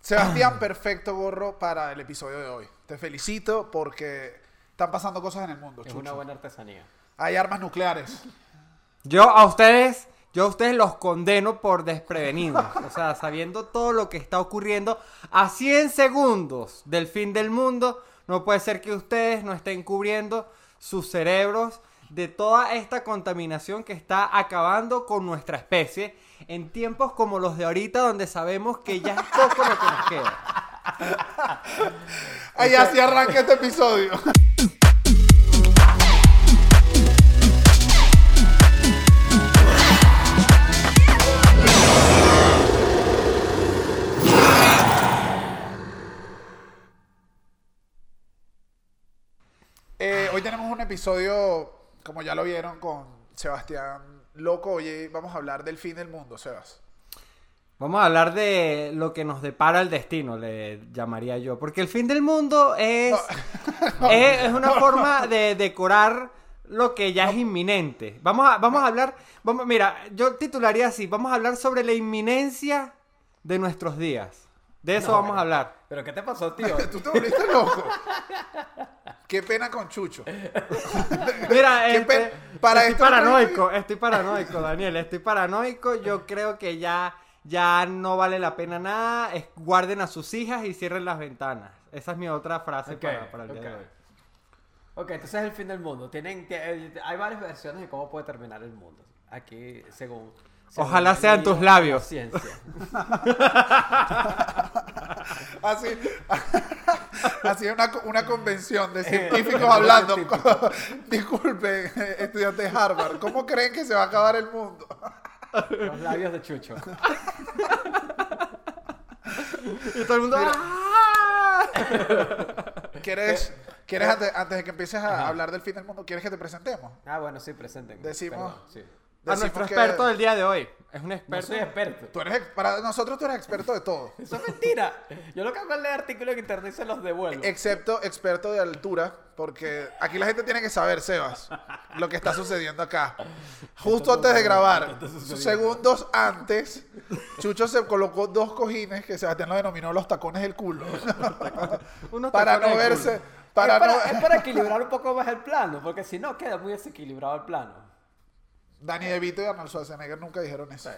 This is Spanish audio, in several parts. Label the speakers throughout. Speaker 1: Sebastián, perfecto gorro para el episodio de hoy. Te felicito porque están pasando cosas en el mundo.
Speaker 2: Es
Speaker 1: Chucho.
Speaker 2: una buena artesanía.
Speaker 1: Hay armas nucleares.
Speaker 3: Yo a ustedes, yo a ustedes los condeno por desprevenidos. O sea, sabiendo todo lo que está ocurriendo a 100 segundos del fin del mundo, no puede ser que ustedes no estén cubriendo sus cerebros de toda esta contaminación que está acabando con nuestra especie en tiempos como los de ahorita donde sabemos que ya es poco lo que nos queda.
Speaker 1: Ahí así arranca este episodio. Eh, hoy tenemos un episodio, como ya lo vieron, con Sebastián Loco. Oye, vamos a hablar del fin del mundo, Sebas.
Speaker 3: Vamos a hablar de lo que nos depara el destino, le llamaría yo. Porque el fin del mundo es, es, es una forma de decorar lo que ya es inminente. Vamos a, vamos a hablar, vamos, mira, yo titularía así, vamos a hablar sobre la inminencia de nuestros días. De eso vamos a hablar.
Speaker 2: ¿Pero qué te pasó, tío?
Speaker 1: Tú te volviste loco. Qué pena con Chucho.
Speaker 3: Mira,
Speaker 1: Qué
Speaker 3: este,
Speaker 1: pe- para
Speaker 3: estoy
Speaker 1: esto-
Speaker 3: paranoico, estoy paranoico, Daniel, estoy paranoico. Yo creo que ya, ya no vale la pena nada. Es- guarden a sus hijas y cierren las ventanas. Esa es mi otra frase
Speaker 2: Ok,
Speaker 3: para, para el día de
Speaker 2: ok.
Speaker 3: hoy.
Speaker 2: Ok, entonces es el fin del mundo. Tienen, ti- eh, hay varias versiones de cómo puede terminar el mundo. Aquí, según. según
Speaker 3: Ojalá
Speaker 2: el
Speaker 3: sean
Speaker 2: día
Speaker 3: tus labios.
Speaker 2: de la Ciencia.
Speaker 1: Así, así es una, una convención
Speaker 3: Eh,
Speaker 1: de científicos hablando. Disculpen, eh, estudiantes de Harvard, ¿cómo creen que se va a acabar el mundo?
Speaker 2: Los labios de Chucho.
Speaker 3: Y todo el mundo. ¡ah!
Speaker 1: ¿Quieres,
Speaker 3: Eh,
Speaker 1: quieres ante- antes, de que empieces a hablar del fin del mundo, quieres que te presentemos?
Speaker 2: Ah, bueno, sí, presenten.
Speaker 1: Decimos-
Speaker 2: Perdón, sí.
Speaker 3: A
Speaker 1: Decimos
Speaker 3: nuestro
Speaker 1: que
Speaker 3: experto del día de hoy. Es un
Speaker 2: No
Speaker 3: experto.
Speaker 2: soy experto.
Speaker 1: tú eres ex- para nosotros tú eres experto de todo,
Speaker 2: Eso es mentira. Yo lo que hago es leer artículos en internet y se los devuelvo.
Speaker 1: excepto experto de altura, porque aquí la gente tiene que saber, Sebas, lo que está sucediendo acá. Justo antes de grabar, segundos antes, Chucho se colocó dos cojines que Sebastián lo denominó los tacones del culo.
Speaker 3: Unos
Speaker 1: para no
Speaker 3: tacones de
Speaker 1: verse
Speaker 3: culo.
Speaker 1: para,
Speaker 2: es, para,
Speaker 1: no
Speaker 2: es para equilibrar un poco más el plano, porque si no queda muy desequilibrado el plano.
Speaker 1: Danny DeVito y Arnold Schwarzenegger nunca dijeron eso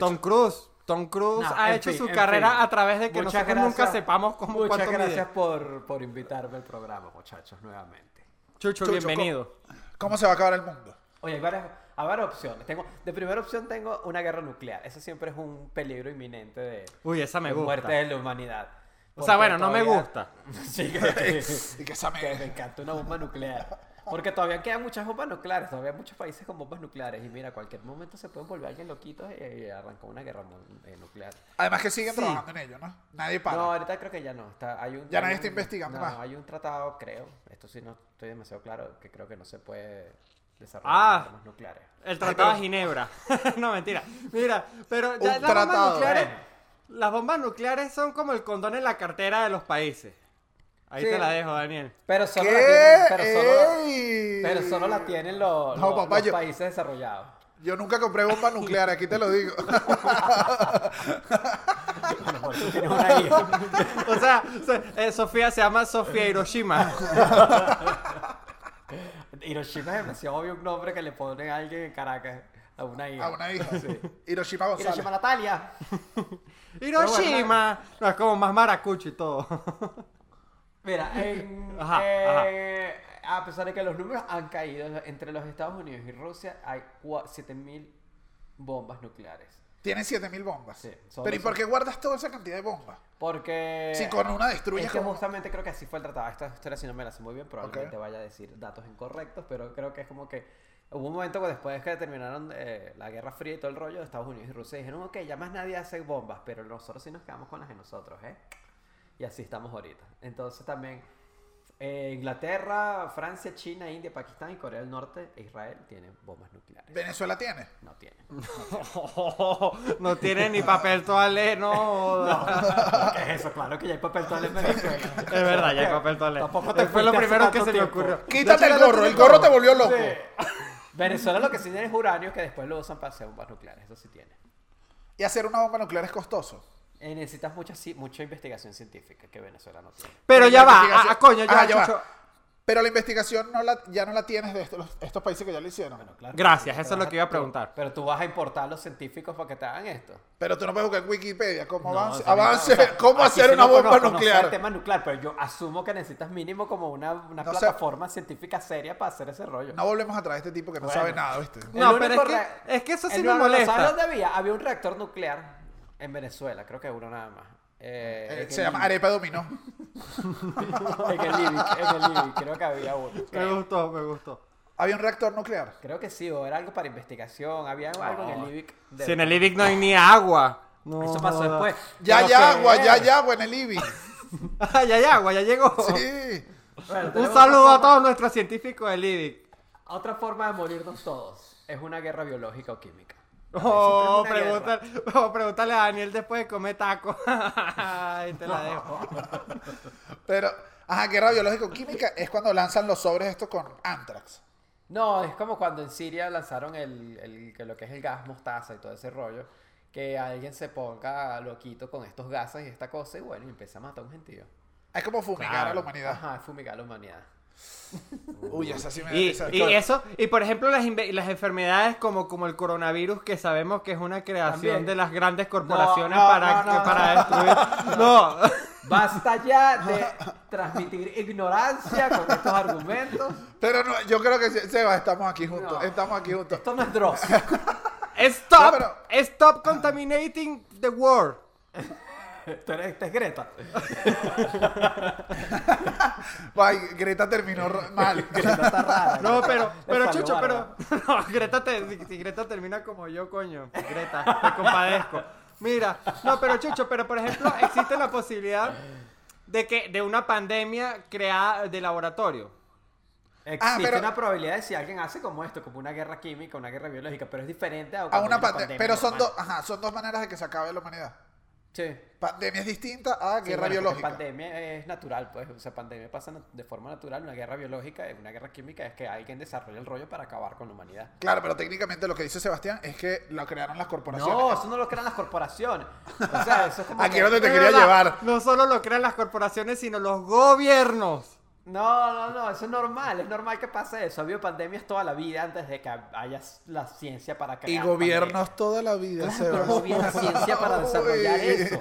Speaker 3: Tom Cruise. Tom Cruise
Speaker 2: No,
Speaker 3: ha
Speaker 2: en
Speaker 3: hecho
Speaker 2: fin,
Speaker 3: su
Speaker 2: en
Speaker 3: carrera
Speaker 2: fin.
Speaker 3: a través de que
Speaker 2: Muchas
Speaker 3: nosotros nunca
Speaker 2: gracias.
Speaker 3: sepamos cómo
Speaker 2: Muchas
Speaker 3: cuánto mide.
Speaker 2: gracias por, por invitarme al programa, muchachos, nuevamente.
Speaker 3: Chucho,
Speaker 1: Chucho,
Speaker 3: bienvenido.
Speaker 1: cómo se va a acabar el mundo
Speaker 2: Oye, hay varias, hay varias opciones. Tengo, de primera opción tengo una guerra nuclear. Eso siempre es un peligro inminente de,
Speaker 3: Uy, esa me
Speaker 2: de
Speaker 3: gusta.
Speaker 2: muerte de la humanidad.
Speaker 3: O sea,
Speaker 2: Porque
Speaker 3: bueno, no me
Speaker 2: todavía-
Speaker 3: gusta.
Speaker 2: sí, que-
Speaker 1: y que esa
Speaker 2: que me
Speaker 1: me...
Speaker 2: encanta una bomba nuclear. Porque todavía quedan muchas bombas nucleares, todavía hay muchos países con bombas nucleares. Y mira, cualquier momento se pueden volver alguien loquitos y, y arrancó una guerra mu- eh, nuclear.
Speaker 1: además que siguen
Speaker 3: Sí.
Speaker 1: trabajando en ello no nadie para
Speaker 2: No, ahorita creo que ya no. Está, hay un,
Speaker 1: Ya nadie
Speaker 2: hay
Speaker 1: está
Speaker 2: un-
Speaker 1: investigando
Speaker 2: no,
Speaker 1: más.
Speaker 2: Hay un tratado, creo. Esto sí no estoy demasiado claro, que creo que no se puede desarrollar
Speaker 3: Ah.
Speaker 2: armas nucleares.
Speaker 3: El Tratado
Speaker 1: pero-
Speaker 3: de Ginebra. no, mentira. Mira, pero ya
Speaker 1: Un
Speaker 3: las bombas
Speaker 1: tratado.
Speaker 3: nucleares.
Speaker 2: Bueno.
Speaker 3: Las bombas nucleares son como el condón en la cartera de los países. Ahí
Speaker 2: Sí.
Speaker 3: te la dejo, Daniel.
Speaker 2: Pero solo, la
Speaker 1: ¿Qué?
Speaker 2: tienen, pero solo,
Speaker 1: ¡Ey!
Speaker 2: pero solo la tienen los,
Speaker 1: No,
Speaker 2: los-
Speaker 1: papá,
Speaker 2: los
Speaker 1: yo-
Speaker 2: países desarrollados.
Speaker 1: yo nunca compré bomba nuclear aquí te lo digo
Speaker 2: Bueno, por eso tienes una hija.
Speaker 3: O sea, so- eh, Sofía se llama Sofía Hiroshima.
Speaker 2: Hiroshima es demasiado obvio un nombre que le ponen a alguien en Caracas, a una hija.
Speaker 1: a una hija Hiroshima González
Speaker 2: Hiroshima Natalia.
Speaker 3: Hiroshima. No, es como más maracucho y todo.
Speaker 2: Mira, en-
Speaker 3: Ajá,
Speaker 2: eh, a pesar de que los números han caído entre los Estados Unidos y Rusia, hay cua- 7000 bombas nucleares.
Speaker 1: tiene 7000 bombas
Speaker 2: Sí, solo
Speaker 1: pero ¿y
Speaker 2: son-
Speaker 1: por qué guardas toda esa cantidad de bombas?
Speaker 2: Porque.
Speaker 1: Si con una destruyes
Speaker 2: Es que
Speaker 1: con-
Speaker 2: justamente creo que así fue el tratado. Esta historia, si no me la sé muy bien, probablemente vaya a decir datos incorrectos, pero creo que es como que. Hubo un momento que después que terminaron eh, la Guerra Fría y todo el rollo de Estados Unidos y Rusia, dijeron, ok, ya más nadie hace bombas, pero nosotros sí nos quedamos con las de nosotros, ¿eh? Y así estamos ahorita. Entonces también eh, Inglaterra, Francia, China, India, Pakistán y Corea del Norte e Israel tienen bombas nucleares.
Speaker 1: Venezuela tiene
Speaker 2: No tienen.
Speaker 3: no tiene ni papel toalé, no.
Speaker 2: ¿Qué es eso? Claro que ya hay papel toalé en Venezuela.
Speaker 3: Es verdad, ya hay papel toalé. Eh,
Speaker 2: Tampoco te
Speaker 3: Fue lo
Speaker 2: fuiste hace
Speaker 3: primero que
Speaker 2: tanto
Speaker 3: se me
Speaker 2: tiempo.
Speaker 3: ocurrió.
Speaker 1: quítate
Speaker 3: De
Speaker 1: el
Speaker 3: hecho, ya no
Speaker 1: gorro
Speaker 3: tiene
Speaker 1: el gorro te volvió loco
Speaker 2: Venezuela lo que sí tiene es uranio que después lo usan para hacer bombas nucleares, eso sí tiene.
Speaker 1: y hacer una bomba nuclear es costoso
Speaker 2: Eh, necesitas mucha, ci- mucha investigación científica que Venezuela no tiene.
Speaker 3: Pero ya va,
Speaker 1: investigación-
Speaker 3: ah, ah, coño, ya,
Speaker 1: Ajá, ya va.
Speaker 3: Chucho.
Speaker 1: Pero la investigación no la, ya no la tienes de estos, estos países que ya lo hicieron.
Speaker 2: Bueno, claro,
Speaker 3: Gracias,
Speaker 2: tú
Speaker 3: eso es lo que
Speaker 2: trabajas-
Speaker 3: iba a
Speaker 2: tú-
Speaker 3: preguntar.
Speaker 2: Pero tú vas a importar los científicos para que te hagan esto.
Speaker 1: Pero tú no puedes buscar en Wikipedia cómo
Speaker 2: No,
Speaker 1: avance,
Speaker 2: eso no-
Speaker 1: avance-
Speaker 2: o sea,
Speaker 1: cómo
Speaker 2: aquí
Speaker 1: hacer
Speaker 2: sí
Speaker 1: una
Speaker 2: no
Speaker 1: bomba
Speaker 2: conozco, no sé este
Speaker 1: nuclear.
Speaker 2: el tema nuclear, pero yo asumo que necesitas mínimo como una, una
Speaker 1: No sé.
Speaker 2: plataforma científica seria para hacer ese rollo.
Speaker 1: No volvemos a traer a este tipo que no
Speaker 2: Bueno.
Speaker 1: sabe nada, ¿viste?
Speaker 2: El
Speaker 3: No, pero
Speaker 2: único
Speaker 3: es que-
Speaker 2: re-
Speaker 3: es que eso sí
Speaker 2: el
Speaker 3: me
Speaker 2: único-
Speaker 3: molesta.
Speaker 2: ¿Sabes dónde había? Había un reactor nuclear en Venezuela, creo que uno nada más. Eh,
Speaker 1: Eh,
Speaker 2: en
Speaker 1: se
Speaker 2: el
Speaker 1: llama Arepa Dominó.
Speaker 2: Libi- En el Libi, en el Libi, creo que había uno.
Speaker 3: Me
Speaker 2: Creo,
Speaker 3: gustó, me gustó.
Speaker 1: Había un reactor nuclear.
Speaker 2: Creo que sí, o era algo para investigación, había algo en el Libic. de-
Speaker 3: Si en el IBIC no hay ni agua. No,
Speaker 2: Eso pasó
Speaker 3: joda.
Speaker 2: después.
Speaker 1: Ya
Speaker 2: Pero
Speaker 1: hay
Speaker 2: que-
Speaker 1: agua, ya hay agua en el IBI.
Speaker 3: Ah, ya hay agua, ya llegó.
Speaker 1: Sí.
Speaker 2: Bueno,
Speaker 3: Un
Speaker 2: tenemos
Speaker 3: saludo
Speaker 2: otra
Speaker 3: a
Speaker 2: forma-
Speaker 3: todos nuestros científicos del IBIC.
Speaker 2: Otra forma de morirnos todos es una guerra biológica o química.
Speaker 3: Oh,
Speaker 2: Siempre es una guerra.
Speaker 3: preguntar, oh, pregúntale a Daniel después de comer taco. Ay, te la dejo.
Speaker 1: Pero, ajá, guerra biológico-química es cuando lanzan los sobres estos con Antrax.
Speaker 2: No, es como cuando en Siria lanzaron el, el- que lo que es el gas mostaza y todo ese rollo, que alguien se ponga loquito con estos gases y esta cosa y bueno, y empieza a matar a un gentío.
Speaker 1: Es como fumigar a la humanidad.
Speaker 2: Ajá, fumigar a la humanidad.
Speaker 1: Uy, esa sí me da
Speaker 3: Y,
Speaker 1: risa.
Speaker 3: y eso, y por ejemplo las, inve- las enfermedades como, como el coronavirus que sabemos que es una creación
Speaker 2: También.
Speaker 3: de las grandes corporaciones
Speaker 2: No, no,
Speaker 3: para,
Speaker 2: no, no,
Speaker 3: para
Speaker 2: no.
Speaker 3: destruir. No,
Speaker 2: Basta ya de transmitir ignorancia con estos argumentos.
Speaker 1: Pero no, yo creo que, se- Seba, estamos aquí juntos.
Speaker 2: No.
Speaker 1: Estamos aquí juntos.
Speaker 2: Esto no es Dross.
Speaker 3: stop,
Speaker 1: No,
Speaker 3: stop contaminating the world.
Speaker 2: Tú eres, esta es Greta.
Speaker 1: Ay, Greta terminó r- mal.
Speaker 2: Greta está rara.
Speaker 3: No,
Speaker 2: Greta.
Speaker 3: pero,
Speaker 2: Le
Speaker 3: pero
Speaker 2: salió
Speaker 3: Chucho, pero
Speaker 2: bárbara.
Speaker 3: no, Greta te- si, si Greta termina como yo, coño, Greta, te compadezco. Mira, no, pero Chucho, pero por ejemplo, existe la posibilidad de que de una pandemia creada de laboratorio.
Speaker 2: Existe
Speaker 1: Ah, pero-
Speaker 2: una probabilidad de si alguien hace como esto, como una guerra química, una guerra biológica, pero es diferente a,
Speaker 1: A
Speaker 2: cuando
Speaker 1: una
Speaker 2: hay
Speaker 1: pandemia. Pero son
Speaker 2: normal.
Speaker 1: dos, ajá, son dos maneras de que se acabe la humanidad.
Speaker 2: Sí.
Speaker 1: Pandemia es distinta a
Speaker 2: Sí,
Speaker 1: guerra
Speaker 2: bueno, porque
Speaker 1: biológica.
Speaker 2: Pandemia es natural, pues. O sea, pandemia pasa na- de forma natural. Una guerra biológica, eh, una guerra química, es que alguien desarrolla el rollo para acabar con la humanidad.
Speaker 1: Claro, pero técnicamente lo que dice Sebastián es que lo crearon las corporaciones.
Speaker 2: No, eso no lo crean las corporaciones. O sea, eso es como.
Speaker 1: Aquí
Speaker 2: que-
Speaker 1: es donde te
Speaker 3: Es
Speaker 1: quería
Speaker 3: verdad,
Speaker 1: llevar.
Speaker 3: No solo lo crean las corporaciones, sino los gobiernos.
Speaker 2: No, no, no, eso es normal. Es normal que pase eso. Ha habido pandemias toda la vida antes de que haya s- la ciencia para crear.
Speaker 1: Y gobiernos toda la vida,
Speaker 2: pandemias. Claro,
Speaker 1: Sebas.
Speaker 2: no había ciencia para desarrollar
Speaker 1: Uy.
Speaker 2: eso.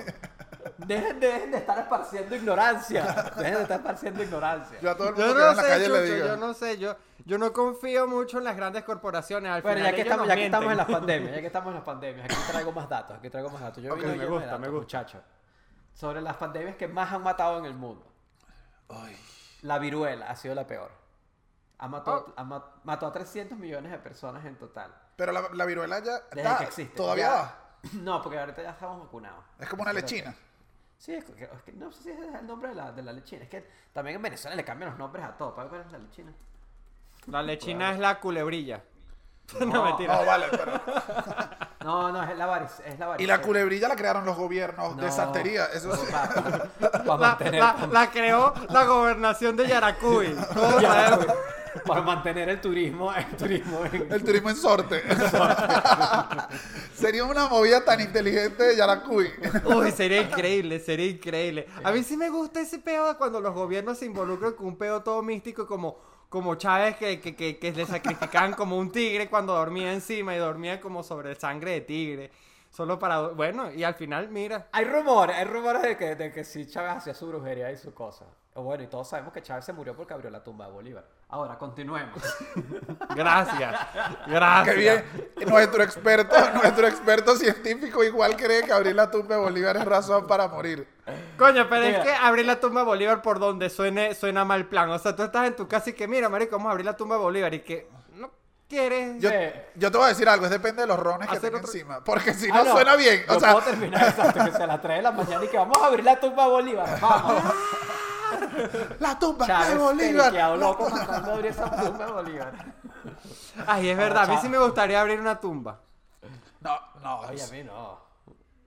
Speaker 2: Dejen, dejen de estar esparciendo ignorancia. Dejen de estar esparciendo ignorancia.
Speaker 1: Yo a todo el mundo
Speaker 3: Yo
Speaker 1: que veo
Speaker 3: no
Speaker 1: en la
Speaker 3: sé,
Speaker 1: calle le
Speaker 3: Chucho,
Speaker 1: digo.
Speaker 3: yo no sé, yo, yo no confío mucho en las grandes corporaciones. Al
Speaker 2: Bueno,
Speaker 3: final
Speaker 2: ya que,
Speaker 3: ellos
Speaker 2: estamos,
Speaker 3: nos
Speaker 2: ya que estamos en
Speaker 3: mienten.
Speaker 2: las pandemias, ya que estamos en las pandemias, aquí traigo más datos, aquí traigo más datos. Yo
Speaker 3: Ok,
Speaker 2: vine
Speaker 3: me
Speaker 2: lleno de
Speaker 3: gusta,
Speaker 2: datos,
Speaker 3: me gusta.
Speaker 2: muchachos, sobre las pandemias que más han matado en el mundo. La viruela ha sido la peor. Ha matado, ha ma- mató a 300 millones de personas en total.
Speaker 1: Pero la, la viruela ya
Speaker 2: Desde
Speaker 1: da,
Speaker 2: que existe.
Speaker 1: todavía
Speaker 2: Ya-
Speaker 1: da.
Speaker 2: No, porque ahorita ya estamos vacunados.
Speaker 1: Es como una lechina.
Speaker 2: Sí, es que, es que no sé si es el nombre de la, de la lechina. Es que también en Venezuela le cambian los nombres a todo. ¿Para cuál es la lechina?
Speaker 3: La lechina es la culebrilla. No,
Speaker 2: No,
Speaker 3: mentira.
Speaker 1: No, vale, pero...
Speaker 2: No, no, es la varicela. Es
Speaker 1: Y
Speaker 2: la
Speaker 1: la
Speaker 2: varicela.
Speaker 1: culebrilla la crearon los gobiernos de
Speaker 2: No, Pues
Speaker 1: santería. Eso
Speaker 2: no,
Speaker 1: sí.
Speaker 2: papi, para
Speaker 3: La,
Speaker 2: mantener-
Speaker 3: la- la creó la gobernación de Yaracuy. Todos
Speaker 2: Ya,
Speaker 3: sabemos.
Speaker 2: güey. para mantener el turismo, el turismo en-
Speaker 1: El turismo en sorte. Sería una movida tan inteligente de Yaracuy.
Speaker 3: Uy, sería increíble, sería increíble. A mí sí me gusta ese peo de cuando los gobiernos se involucran con un peo todo místico como, como Chávez que, que, que, que le sacrificaban como un tigre cuando dormía encima y dormía como sobre sangre de tigre. Solo para... Bueno, y al final, mira.
Speaker 2: Hay rumores, hay rumores de que, de que sí Chávez hacía su brujería y su cosa. O Bueno, y todos sabemos que Chávez se murió porque abrió la tumba de Bolívar. Ahora, continuemos.
Speaker 3: Gracias.
Speaker 1: Qué
Speaker 3: Gracias.
Speaker 1: bien. Nuestro experto, nuestro experto científico igual cree que abrir la tumba de Bolívar es razón para morir.
Speaker 3: Coño, pero
Speaker 2: Mira.
Speaker 3: es que abrir la tumba de Bolívar por donde suene, suena mal plan. O sea, tú estás en tu casa y que, mira, marico, vamos a abrir la tumba de Bolívar y que no quieres...
Speaker 1: Yo,
Speaker 2: Sí.
Speaker 1: yo te voy a decir algo, es depende de los rones que
Speaker 3: Hacer
Speaker 1: tenga
Speaker 3: otro-
Speaker 1: encima. Porque si no,
Speaker 2: Ah,
Speaker 1: suena bien. O
Speaker 2: yo
Speaker 1: sea,
Speaker 2: puedo terminar exacto, que sea a las 3 de la mañana y que vamos a abrir la tumba de Bolívar. Vamos.
Speaker 1: la tumba Ah, de
Speaker 2: Chávez
Speaker 1: Bolívar.
Speaker 2: periqueado loco
Speaker 1: La-
Speaker 2: tratando de abrir esa tumba de Bolívar.
Speaker 3: Ay, es verdad, a mí
Speaker 1: Ah,
Speaker 2: chao.
Speaker 3: sí me gustaría abrir una tumba.
Speaker 1: No, no.
Speaker 2: Oye, a mí no.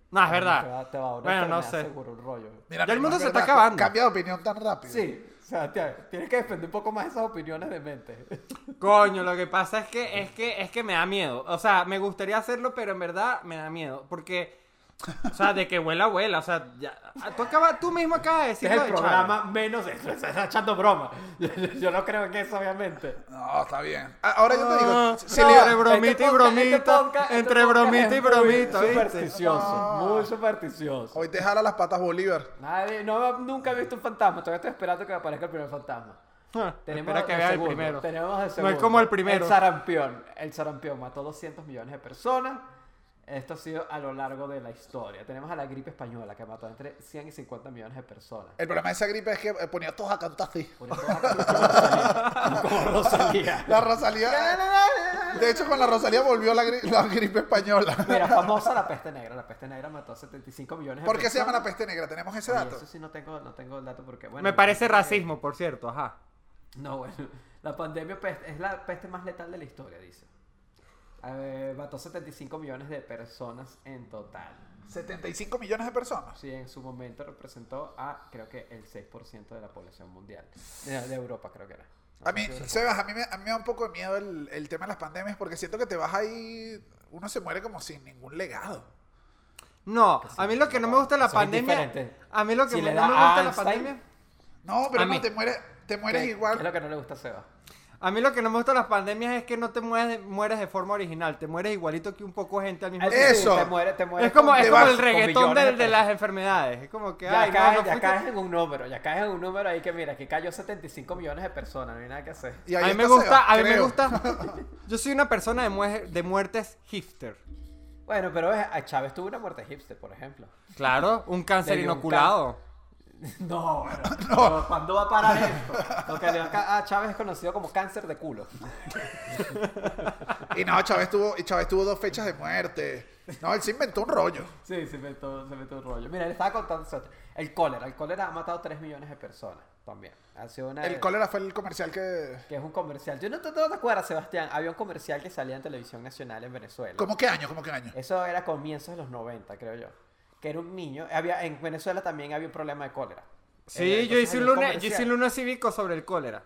Speaker 3: No, es
Speaker 2: Te
Speaker 3: verdad.
Speaker 2: va, te va a dar una
Speaker 3: Bueno, no
Speaker 2: enfermedad
Speaker 3: sé.
Speaker 2: seguro, un rollo.
Speaker 1: Mira,
Speaker 3: Ya el
Speaker 1: no,
Speaker 3: mundo
Speaker 1: es
Speaker 3: se está
Speaker 1: verdad,
Speaker 3: acabando.
Speaker 1: Cambia de opinión tan rápido.
Speaker 2: Sí, Sebastián, tienes que defender un poco más esas opiniones de mente. Este
Speaker 3: Coño, lo que pasa es que, es que es que me da miedo. O sea, me gustaría hacerlo, pero en verdad me da miedo. Porque O sea, de que vuela, vuela. O sea, ya- ah, tú, acabas- tú mismo acabas de decir
Speaker 2: Este es
Speaker 3: lo
Speaker 2: el
Speaker 3: de Chávez.
Speaker 2: programa menos. Estás echando broma. Yo, yo no creo en eso, obviamente.
Speaker 1: No, está bien. A- Ahora yo te digo,
Speaker 3: Ah,
Speaker 1: si
Speaker 3: no,
Speaker 1: le
Speaker 3: Entre bromita
Speaker 2: Este
Speaker 3: y
Speaker 2: podcast-
Speaker 3: bromita,
Speaker 2: este podcast- este
Speaker 3: entre
Speaker 2: podcast
Speaker 3: bromita y
Speaker 2: es muy
Speaker 3: bromita, ¿viste?
Speaker 2: Supersticioso,
Speaker 1: No.
Speaker 2: muy supersticioso.
Speaker 1: hoy te jala las patas Bolívar.
Speaker 2: Nadie, no, nunca he visto un fantasma. Todavía estoy esperando que aparezca el primer fantasma.
Speaker 3: Ah,
Speaker 2: Tenemos
Speaker 3: Espera que
Speaker 2: el
Speaker 3: vea el
Speaker 2: segundo,
Speaker 3: primero.
Speaker 2: Tenemos
Speaker 3: No
Speaker 2: el
Speaker 3: es
Speaker 2: segundo.
Speaker 3: como el primero.
Speaker 2: El sarampión. El sarampión mató 200 millones de personas. Esto ha sido a lo largo de la historia. Tenemos a la gripe española que mató entre 100 y 50 millones de personas.
Speaker 1: El problema de esa gripe es que eh, ponía todos a cantar así.
Speaker 2: Por eso Rosalía. Como Rosalía.
Speaker 1: La Rosalía. De hecho, con la Rosalía volvió la, gri- la gripe española.
Speaker 2: Mira, famosa la peste negra. La peste negra mató 75 millones de
Speaker 1: ¿Por qué se llama
Speaker 2: personas.
Speaker 1: la peste negra? Tenemos ese
Speaker 2: Oye,
Speaker 1: dato.
Speaker 2: Eso sí no tengo, no tengo el dato porque, bueno...
Speaker 3: Me parece
Speaker 2: eh,
Speaker 3: racismo, por cierto, ajá.
Speaker 2: No, bueno. La pandemia peste- es la peste más letal de la historia, dice. A ver, mató 75 millones de personas en total.
Speaker 1: 75 millones de personas.
Speaker 2: Sí, en su momento representó a, creo que, el 6% de la población mundial. De, de Europa, creo que era.
Speaker 1: A mí, Sebas, a mí, me, a mí me da un poco de miedo el, el tema de las pandemias porque siento que te vas ahí, uno se muere como sin ningún legado.
Speaker 3: No, a mí lo que no me gusta de la
Speaker 2: Eso es
Speaker 3: pandemia.
Speaker 2: indiferente.
Speaker 3: A mí lo que
Speaker 2: Si
Speaker 3: me-
Speaker 2: le
Speaker 3: no
Speaker 2: da
Speaker 3: me gusta de la
Speaker 2: Einstein,
Speaker 3: pandemia.
Speaker 1: No, pero
Speaker 3: A
Speaker 1: no,
Speaker 3: mí.
Speaker 1: te mueres, te mueres
Speaker 2: ¿Qué-
Speaker 1: igual.
Speaker 2: qué es lo que no le gusta a Seba?
Speaker 3: A mí lo que no me gusta de las pandemias es que no te mueres de, mueres de forma original, te mueres igualito que un poco de gente al mismo
Speaker 1: Eso.
Speaker 3: tiempo.
Speaker 2: Te muere, te muere
Speaker 3: Es como,
Speaker 2: con-
Speaker 3: es
Speaker 1: de
Speaker 3: como
Speaker 1: vas-
Speaker 3: el
Speaker 2: con
Speaker 3: reggaetón
Speaker 2: millones
Speaker 3: de,
Speaker 2: de
Speaker 3: de las enfermedades. Es como que,
Speaker 2: Ya,
Speaker 3: ay, no,
Speaker 2: caes,
Speaker 3: no
Speaker 2: ya
Speaker 3: fuiste-
Speaker 2: caes en un número, ya caes en un número ahí que mira, que cayó 75 millones de personas, no hay nada que hacer.
Speaker 1: Y ahí
Speaker 3: A mí me
Speaker 1: está
Speaker 3: gusta,
Speaker 1: Sebas,
Speaker 3: a mí me
Speaker 1: creo.
Speaker 3: gusta. Yo soy una persona de, mue- de muertes hipster.
Speaker 2: Bueno, pero es- a Chávez tuvo una muerte hipster, por ejemplo.
Speaker 3: Claro, un cáncer
Speaker 2: Le dio un
Speaker 3: inoculado.
Speaker 2: No, bueno, pero ¿cuándo va a parar esto? Lo que le da a Chávez es conocido como cáncer de culo.
Speaker 1: Y no, Chávez tuvo, y Chávez tuvo dos fechas de muerte. No, él se inventó un rollo.
Speaker 2: Sí, se metió, se metió un rollo. Mira, le estaba contando eso. el cólera. El cólera ha matado 3 millones de personas también. Ha sido una.
Speaker 1: El cólera fue el comercial que.
Speaker 2: Que es un comercial. Yo no te, no te acuerdas, Sebastián. Había un comercial que salía en televisión nacional en Venezuela.
Speaker 1: ¿Cómo qué año? ¿Cómo qué año?
Speaker 2: Eso era comienzos de los 90, creo yo. Que era un niño. Había, en Venezuela también había un problema de cólera. Eh,
Speaker 3: Sí, yo
Speaker 2: entonces
Speaker 3: hice,
Speaker 2: había
Speaker 3: un
Speaker 2: un
Speaker 3: lunes, yo
Speaker 2: comercial.
Speaker 3: hice un lunes cívico sobre el cólera.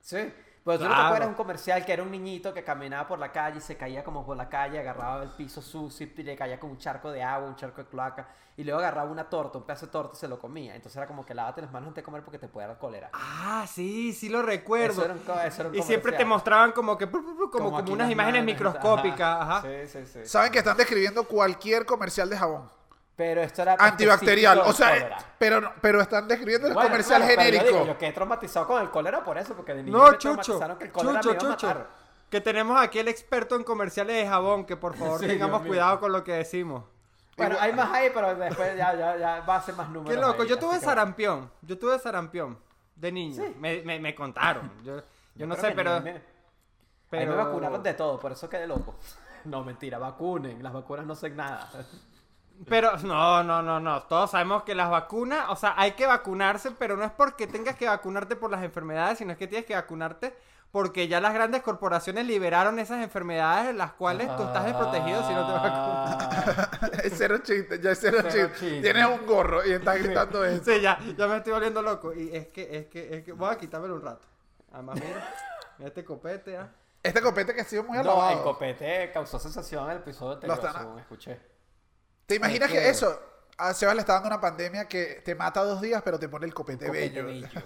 Speaker 2: Sí. Pero tú no te
Speaker 3: Claro.
Speaker 2: acuerdas un comercial que era un niñito que caminaba por la calle y se caía como por la calle, agarraba el piso sucio y le caía con un charco de agua, un charco de cloaca, y luego agarraba una torta, un pedazo de torta y se lo comía. Entonces era como que lávate las manos antes de comer porque te puede dar cólera.
Speaker 3: Ah, sí, sí lo
Speaker 2: Eso
Speaker 3: recuerdo.
Speaker 2: era un co- eso era un
Speaker 3: y siempre te
Speaker 2: comercial.
Speaker 3: mostraban como que pru, pru, pru, como, como
Speaker 2: aquí
Speaker 3: unas
Speaker 2: las
Speaker 3: imágenes
Speaker 2: manos,
Speaker 3: microscópicas, ajá.
Speaker 2: Sí, sí, sí.
Speaker 1: Saben que están describiendo cualquier comercial de jabón.
Speaker 2: Pero esto era
Speaker 1: Antibacterial. O
Speaker 2: específico del
Speaker 1: sea,
Speaker 2: cólera.
Speaker 1: eh, pero, no- pero están describiendo el
Speaker 2: Bueno,
Speaker 1: comercial
Speaker 2: bueno, pero yo
Speaker 1: genérico.
Speaker 2: digo, Yo, quedé traumatizado con el cólera por eso, porque de niño
Speaker 3: No,
Speaker 2: me
Speaker 3: Chucho.
Speaker 2: traumatizaron que el cólera
Speaker 3: Chucho,
Speaker 2: me iba a
Speaker 3: Chucho.
Speaker 2: matar.
Speaker 3: Que tenemos aquí el experto en comerciales de jabón, que por favor
Speaker 2: Sí,
Speaker 3: tengamos
Speaker 2: Dios mío.
Speaker 3: cuidado con lo que decimos.
Speaker 2: Bueno, hay más ahí, pero después ya, ya, ya va a ser más números.
Speaker 3: Qué loco,
Speaker 2: ahí,
Speaker 3: yo
Speaker 2: así
Speaker 3: tuve
Speaker 2: que-
Speaker 3: sarampión, yo tuve sarampión de niño.
Speaker 2: Sí.
Speaker 3: Me, me- me contaron. Yo, yo no
Speaker 2: creo
Speaker 3: sé,
Speaker 2: que
Speaker 3: pero,
Speaker 2: ni me- A mí
Speaker 3: pero
Speaker 2: me vacunaron de todo, por eso quedé loco. No, mentira, vacunen, las vacunas no sé nada.
Speaker 3: Pero no, no, no, no. Todos sabemos que las vacunas, o sea, hay que vacunarse, pero no es porque tengas que vacunarte por las enfermedades, sino es que tienes que vacunarte porque ya las grandes corporaciones liberaron esas enfermedades de las cuales tú estás desprotegido si no te
Speaker 2: Ah.
Speaker 3: vacunas.
Speaker 2: vacunas.
Speaker 1: Es cero chiste, ya es cero,
Speaker 2: Cero
Speaker 1: chiste.
Speaker 2: chiste.
Speaker 1: Tienes un gorro y estás gritando eso.
Speaker 3: Sí, ya, ya me estoy volviendo loco. Y es que, es que, es que, voy a quitármelo un rato. Además, mira, mira este copete, ah.
Speaker 1: Este copete que ha sido muy
Speaker 2: No, el
Speaker 1: alabado.
Speaker 2: copete causó sensación en el episodio anterior,
Speaker 1: están-
Speaker 2: según escuché.
Speaker 1: ¿Te imaginas
Speaker 2: Es
Speaker 1: que
Speaker 2: que-
Speaker 1: eso? A Sebas le está dando una pandemia que te mata dos días, pero te pone el copete,
Speaker 2: Copete
Speaker 1: bello.
Speaker 2: bello.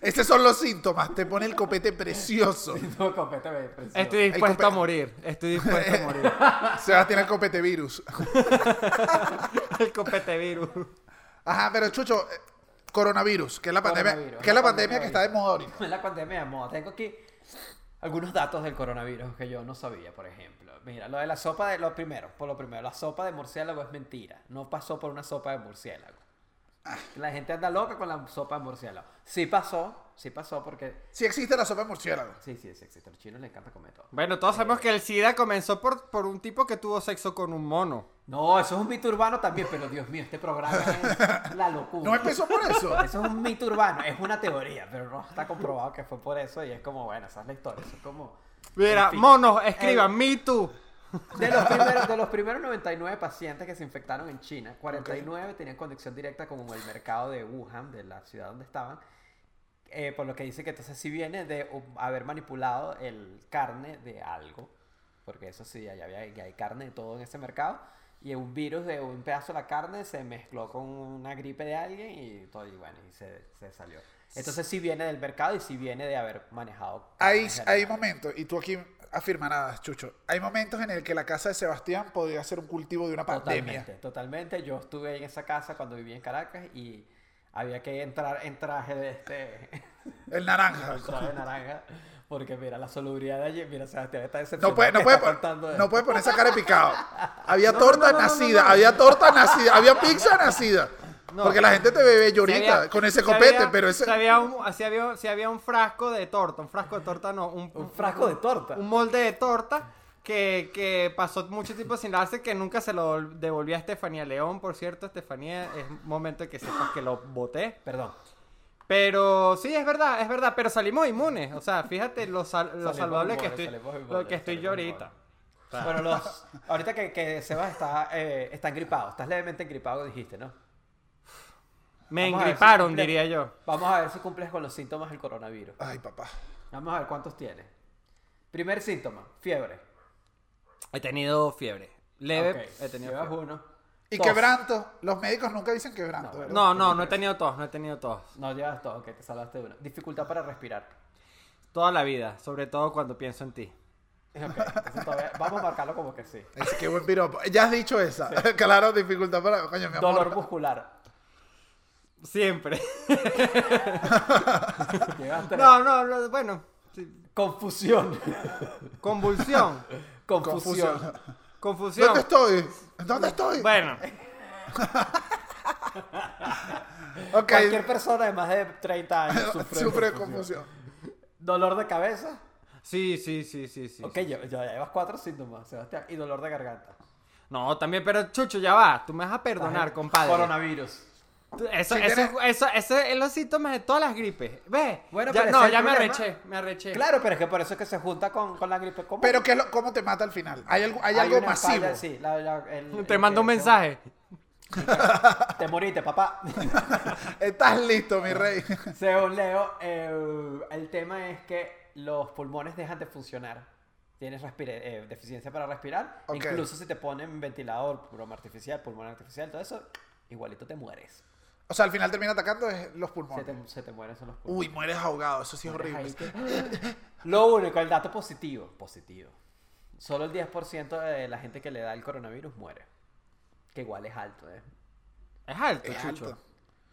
Speaker 1: Esos son los síntomas. Te pone el copete precioso.
Speaker 2: No, copete bello, precioso.
Speaker 3: Estoy dispuesto
Speaker 1: copete-
Speaker 3: a morir, estoy dispuesto a morir.
Speaker 1: Sebas tiene el copete virus.
Speaker 3: El copete virus.
Speaker 1: Ajá, pero Chucho, eh, coronavirus, que es la pandemia,
Speaker 2: Coronavirus,
Speaker 1: que, es la
Speaker 2: la
Speaker 1: pandemia que está de moda ahorita.
Speaker 2: En la pandemia de moda. Tengo aquí algunos datos del coronavirus que yo no sabía, por ejemplo. Mira, lo de la sopa de. Lo primero, por lo primero, la sopa de murciélago es mentira. No pasó por una sopa de murciélago.
Speaker 3: Ah.
Speaker 2: La gente anda loca con la sopa de murciélago. Sí pasó, sí pasó porque.
Speaker 1: Sí existe la sopa de murciélago.
Speaker 2: Sí, sí, sí existe. A los chinos les encanta comer todo.
Speaker 3: Bueno, todos sabemos que el SIDA comenzó por, por un tipo que tuvo sexo con un mono.
Speaker 2: No, eso es un mito urbano también, pero Dios mío, este programa es la locura.
Speaker 1: No empezó por eso.
Speaker 2: Eso es un mito urbano, es una teoría, pero no está comprobado que fue por eso y es como, bueno, esa es la historia, eso es como...
Speaker 3: Mira,
Speaker 2: En fin.
Speaker 3: monos, escriban, me too.
Speaker 2: De los, primeros, de los primeros 99 pacientes que se infectaron en China, 49 tenían conexión directa con el mercado de Wuhan, de la ciudad donde estaban. Eh, por lo que dice que entonces sí viene de um, haber manipulado el carne de algo, porque eso sí, ahí había, ya hay carne de todo en ese mercado. y un virus de un pedazo de la carne se mezcló con una gripe de alguien y todo, y bueno, y se, se salió. Entonces sí viene del mercado y sí viene de haber manejado.
Speaker 1: Hay,
Speaker 2: carnes de
Speaker 1: hay
Speaker 2: animales.
Speaker 1: momentos, y tú aquí afirma nada, Chucho, hay momentos en el que la casa de Sebastián podría ser un cultivo de una pandemia.
Speaker 2: Totalmente, totalmente. Yo estuve en esa casa cuando viví en Caracas y había que entrar en traje de este
Speaker 1: El naranja.
Speaker 2: en traje de naranja. Porque mira, la salubridad de allí, mira, Sebastián está decepcionado.
Speaker 1: No puede, no,
Speaker 2: que
Speaker 1: puede,
Speaker 2: está contando
Speaker 1: pon-
Speaker 2: esto.
Speaker 1: no puede poner esa cara de picado. Había
Speaker 2: No, no,
Speaker 1: torta
Speaker 2: no, no, no,
Speaker 1: nacida,
Speaker 2: no.
Speaker 1: había torta nacida, había pizza nacida.
Speaker 3: No.
Speaker 1: Porque la gente te bebe
Speaker 3: Sí
Speaker 1: llorita
Speaker 3: había-
Speaker 1: con ese
Speaker 3: sí
Speaker 1: copete,
Speaker 3: había-
Speaker 1: pero ese.
Speaker 3: sí había un, sí había, sí había un frasco de torta, un frasco de torta no, un,
Speaker 2: Un frasco de torta.
Speaker 3: un molde de torta que, que pasó mucho tiempo sin darse, que nunca se lo devolví a Estefanía León, por cierto, Estefanía, es momento de que sepas que lo boté.
Speaker 2: Perdón.
Speaker 3: Pero sí, es verdad, es verdad, pero salimos inmunes, o sea, fíjate lo, sal- lo
Speaker 2: Salimos
Speaker 3: saludable que
Speaker 2: inmunes,
Speaker 3: estoy,
Speaker 2: salimos inmunes,
Speaker 3: lo que estoy yo
Speaker 2: salimos
Speaker 3: ahorita.
Speaker 2: inmunes.
Speaker 1: Ah.
Speaker 2: Bueno, los, ahorita que, que Sebas está, eh, está engripado, estás levemente engripado, dijiste, ¿no?
Speaker 3: Me
Speaker 2: Vamos a ver si
Speaker 3: engriparon,
Speaker 2: cumples-
Speaker 3: diría yo.
Speaker 2: Vamos a ver si cumples con los síntomas del coronavirus.
Speaker 1: Ay, papá.
Speaker 2: Vamos a ver cuántos tienes. Primer síntoma, fiebre.
Speaker 3: He tenido fiebre, leve,
Speaker 2: Ok,
Speaker 3: he tenido
Speaker 2: llevas
Speaker 3: fiebre.
Speaker 2: uno.
Speaker 1: Y
Speaker 2: Tos.
Speaker 1: quebranto. Los médicos nunca dicen quebranto.
Speaker 2: No,
Speaker 1: ¿verdad?
Speaker 3: No, no, no he tenido tos, no he tenido tos.
Speaker 2: No llevas todo, que te salvaste de uno. Dificultad para respirar.
Speaker 3: Toda la vida, sobre todo cuando pienso en ti.
Speaker 2: Ok, entonces todavía- vamos a marcarlo como que sí.
Speaker 1: Es que buen piropo. Ya has dicho esa. claro, dificultad para. Coño, mi amor.
Speaker 2: Dolor muscular.
Speaker 3: Siempre.
Speaker 2: Llevas tres.
Speaker 3: No, no, no, bueno. sí.
Speaker 2: Confusión.
Speaker 3: Convulsión.
Speaker 2: Confusión.
Speaker 1: Confusión.
Speaker 3: Confusión.
Speaker 1: ¿Dónde estoy? ¿Dónde estoy?
Speaker 3: Bueno,
Speaker 1: ok.
Speaker 2: Cualquier persona de más de 30 años sufre, de
Speaker 1: Sufre de
Speaker 2: confusión.
Speaker 1: confusión.
Speaker 2: Dolor de cabeza.
Speaker 3: sí, sí, sí, sí, sí.
Speaker 2: ok,
Speaker 3: sí.
Speaker 2: ya, ya llevas cuatro síntomas, Sebastián. Y dolor de garganta.
Speaker 3: No, también, pero Chucho, ya va. Tú me vas a perdonar, compadre.
Speaker 2: Coronavirus.
Speaker 3: Tú- Eso,
Speaker 1: Si
Speaker 3: eso,
Speaker 1: tienes-
Speaker 3: eso, eso es los síntomas de todas las gripes. ¿Ves?
Speaker 2: Bueno,
Speaker 3: ya,
Speaker 2: pero
Speaker 3: no,
Speaker 2: ese es
Speaker 3: ya
Speaker 2: el
Speaker 3: me
Speaker 2: problema.
Speaker 3: arreché, me arreché.
Speaker 2: Claro, pero es que por eso es que se junta con, con la gripe común.
Speaker 1: Pero ¿qué es lo- ¿cómo te mata al final? Hay algo, hay
Speaker 2: Hay
Speaker 1: algo
Speaker 2: una
Speaker 1: masivo.
Speaker 2: falla, sí, la- la- el-
Speaker 3: Te
Speaker 2: el
Speaker 3: mando
Speaker 2: que-
Speaker 3: un mensaje.
Speaker 2: Te moriste, papá.
Speaker 1: Estás listo, mi rey.
Speaker 2: Según Leo, eh, el tema es que los pulmones dejan de funcionar. Tienes respire- eh, deficiencia para respirar.
Speaker 1: Ok.
Speaker 2: Incluso si te ponen ventilador, pulmón artificial, pulmón artificial, todo eso, igualito te mueres.
Speaker 1: O sea, al final termina atacando es los
Speaker 2: Se
Speaker 1: pulmones.
Speaker 2: te, se te mueren son los
Speaker 1: Uy,
Speaker 2: pulmones.
Speaker 1: mueres ahogado. Eso sí es
Speaker 2: Mueres
Speaker 1: horrible.
Speaker 2: ahí que- Lo único, el dato positivo. Positivo. Solo el 10% de la gente que le da el coronavirus muere. Que igual es alto, ¿eh?
Speaker 3: Es alto,
Speaker 1: Es
Speaker 3: Chucho.
Speaker 1: alto.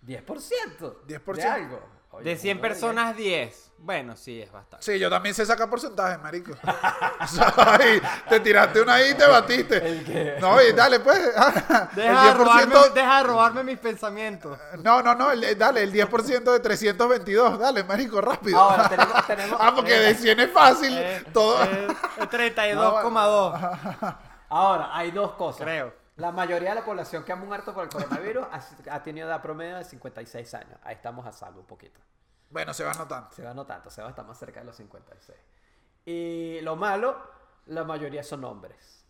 Speaker 2: 10%. 10%. De
Speaker 1: 10%.
Speaker 2: algo. Oye,
Speaker 3: De 100
Speaker 2: uno
Speaker 3: personas, 10. Bueno, sí, es bastante.
Speaker 1: Sí, yo también sé sacar porcentajes, marico. O sea, ay, te tiraste una ahí y te
Speaker 2: ¿El
Speaker 1: batiste.
Speaker 2: qué?
Speaker 1: No, y dale, pues.
Speaker 3: Deja, de
Speaker 1: El
Speaker 3: robarme,
Speaker 1: 10%.
Speaker 3: deja de robarme mis pensamientos.
Speaker 1: No, no, no. el- eh, dale, el 10% de 322. Dale, marico, rápido.
Speaker 2: Ahora tenemos- tenemos-
Speaker 1: ah, porque de 100 es fácil.
Speaker 3: Eh,
Speaker 1: todo.
Speaker 3: eh, 32,2.
Speaker 2: Ahora, hay dos cosas.
Speaker 3: Creo.
Speaker 2: La mayoría de la población que ha muerto por el coronavirus ha, ha tenido edad promedio de 56 años. Ahí estamos a salvo un poquito.
Speaker 1: Bueno, se va notando.
Speaker 2: Se va notando, se va a estar más cerca de los 56. Y lo malo, la mayoría son hombres.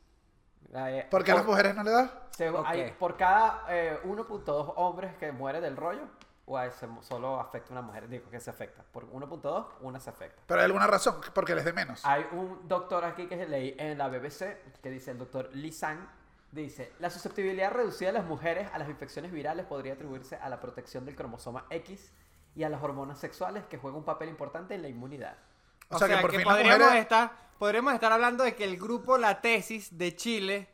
Speaker 2: Eh,
Speaker 1: ¿Por qué a las mujeres no le da?
Speaker 2: se-
Speaker 3: Ok.
Speaker 2: hay- por cada eh, 1.2 hombres que muere del rollo, o a ese- solo afecta una mujer. Digo que se afecta. Por 1.2, una se afecta.
Speaker 1: Pero hay alguna razón, porque les de menos.
Speaker 2: Hay un doctor aquí que leí en la BBC, que dice el doctor Lee Sang, dice, la susceptibilidad reducida de las mujeres a las infecciones virales podría atribuirse a la protección del cromosoma X y a las hormonas sexuales que juegan un papel importante en la inmunidad.
Speaker 1: O sea, que por fin las
Speaker 3: podríamos,
Speaker 1: mujeres.
Speaker 3: estar, podríamos estar hablando de que el grupo La Tesis de Chile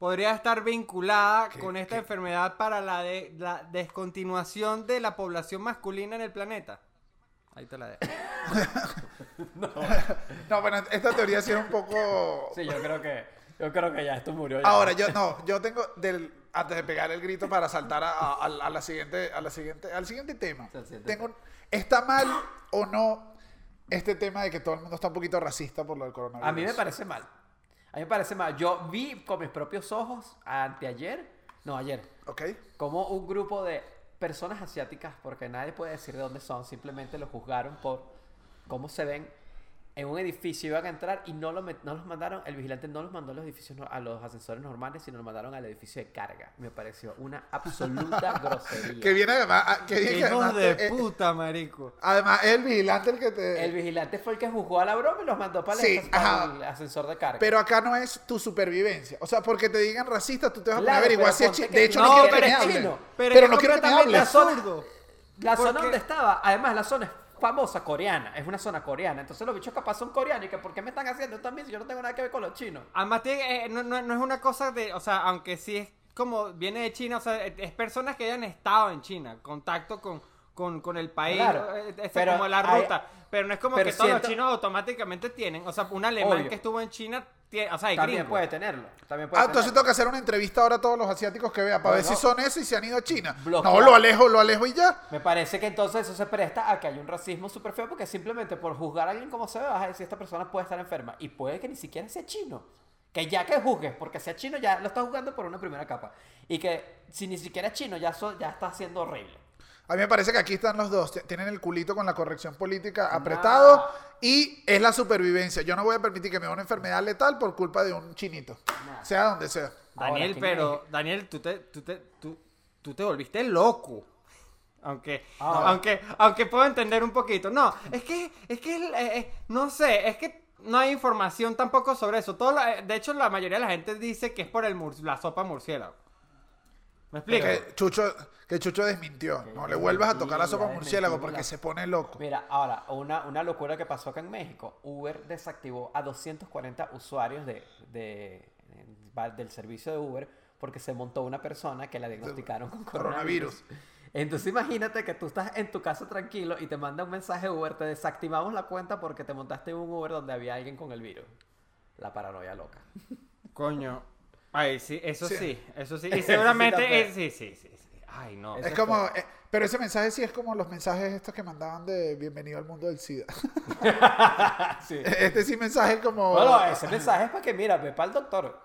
Speaker 3: podría estar vinculada con esta enfermedad para la, de- la descontinuación de la población masculina en el planeta. Ahí te la dejo.
Speaker 1: No, bueno, esta teoría sí es un poco.
Speaker 2: Sí, yo creo que, yo creo que ya esto murió. ya.
Speaker 1: Ahora, yo no, yo tengo del antes de pegar el grito para saltar a, a- a la siguiente, a la siguiente, al siguiente tema.
Speaker 2: Al siguiente
Speaker 1: Tengo, un- ¿Está mal o no este tema de que todo el mundo está un poquito racista por lo del coronavirus?
Speaker 2: A mí me parece mal. A mí me parece mal. Yo vi con mis propios ojos anteayer, no ayer,
Speaker 1: ¿Ok?
Speaker 2: como un grupo de personas asiáticas, porque nadie puede decir de dónde son, simplemente los juzgaron por cómo se ven, en un edificio iban a entrar y no, lo met- no los mandaron, el vigilante no los mandó a los edificios, no- a los ascensores normales, sino los mandaron al edificio de carga. Me pareció una absoluta grosería.
Speaker 1: Que viene además. ah, Que viene que
Speaker 3: Hijos
Speaker 1: además,
Speaker 3: de
Speaker 1: eh, eh,
Speaker 3: puta, marico.
Speaker 1: además, es el vigilante el que te.
Speaker 2: El vigilante fue el que juzgó a la broma y los mandó para el,
Speaker 1: Sí,
Speaker 2: ascens- para
Speaker 1: ajá.
Speaker 2: el ascensor de carga.
Speaker 1: Pero acá no es tu supervivencia. O sea, porque te digan racista, tú te vas a poner a
Speaker 2: Claro,
Speaker 1: averiguar
Speaker 2: pero
Speaker 1: si es
Speaker 2: ponte
Speaker 1: chi-
Speaker 2: que
Speaker 1: De hecho,
Speaker 2: no,
Speaker 1: no, quiero
Speaker 2: pero
Speaker 1: que me
Speaker 2: es
Speaker 1: hables.
Speaker 2: chino.
Speaker 1: Pero,
Speaker 3: es
Speaker 1: no quiero que me
Speaker 3: completamente
Speaker 1: hables.
Speaker 2: azul.
Speaker 3: absurdo.
Speaker 2: La zona
Speaker 3: Porque-
Speaker 2: donde estaba, además la zona es famosa coreana, es una zona coreana. Entonces los bichos capaz son coreanos y que ¿por qué me están haciendo también si yo no tengo nada que ver con los chinos?
Speaker 3: Además, tiene- eh, no, no- no es una cosa de. O sea, aunque sí es como. Viene de China, o sea, es, es personas que hayan estado en China, contacto con. Con, con el país,
Speaker 2: Claro,
Speaker 3: eh, esa
Speaker 2: pero
Speaker 3: como la
Speaker 2: hay-
Speaker 3: ruta. pero no es como
Speaker 2: pero
Speaker 3: que todos los
Speaker 2: siento-
Speaker 3: chinos automáticamente tienen. O sea, un alemán
Speaker 2: Obvio.
Speaker 3: que estuvo en China, tiene, o sea, hay
Speaker 2: También
Speaker 3: gringos.
Speaker 2: puede tenerlo. También puede
Speaker 1: Ah, entonces
Speaker 2: tenerlo.
Speaker 1: tengo que hacer una entrevista ahora a todos los asiáticos que vea para ver
Speaker 2: Bueno.
Speaker 1: si son eso y si han ido a China.
Speaker 2: Bloqueado.
Speaker 1: No, lo alejo, lo alejo y ya.
Speaker 2: Me parece que entonces eso se presta a que hay un racismo súper feo porque simplemente por juzgar a alguien como se ve vas a decir esta persona puede estar enferma y puede que ni siquiera sea chino. Que ya que juzgues, porque sea chino ya lo estás juzgando por una primera capa. Y que si ni siquiera es chino ya, so- ya está siendo horrible.
Speaker 1: A mí me parece que aquí están los dos. Tienen el culito con la corrección política
Speaker 2: Ah.
Speaker 1: apretado y es la supervivencia. Yo no voy a permitir que me dé una enfermedad letal por culpa de un chinito.
Speaker 2: Nah.
Speaker 1: Sea donde sea.
Speaker 2: Ahora,
Speaker 3: Daniel,
Speaker 2: ¿quién
Speaker 3: pero Daniel, tú te, tú te, tú, tú te volviste loco. Aunque,
Speaker 2: Ahora.
Speaker 3: aunque, aunque puedo entender un poquito. No, es que, es que, eh, eh, no sé, es que no hay información tampoco sobre eso. Todo la- de hecho, la mayoría de la gente dice que es por el mur- la sopa murciélago. ¿Me explico?
Speaker 1: Que Chucho, que Chucho desmintió. No le vuelvas a tocar la sopa
Speaker 2: desmintió, ya
Speaker 1: murciélago
Speaker 2: desmintió
Speaker 1: porque
Speaker 2: la-
Speaker 1: se pone loco.
Speaker 2: Mira, ahora, una, una locura que pasó acá en México. Uber desactivó a 240 usuarios de, de- va- del servicio de Uber porque se montó una persona que la diagnosticaron con coronavirus.
Speaker 1: Coronavirus.
Speaker 2: Entonces imagínate que tú estás en tu casa tranquilo y te manda un mensaje Uber, te desactivamos la cuenta porque te montaste en un Uber donde había alguien con el virus. La paranoia loca.
Speaker 3: Coño. Ay, sí, eso sí,
Speaker 1: Sí.
Speaker 3: eso sí.
Speaker 2: Eso
Speaker 3: Y
Speaker 2: sí
Speaker 3: seguramente,
Speaker 2: está feo.
Speaker 3: eh, sí, sí, sí, sí. Ay, no.
Speaker 1: Es como, eh, pero ese mensaje sí es como los mensajes estos que mandaban de bienvenido al mundo del SIDA.
Speaker 2: Sí.
Speaker 1: Este sí mensaje es como...
Speaker 2: Bueno, ese mensaje es para que, mira, ve para el doctor.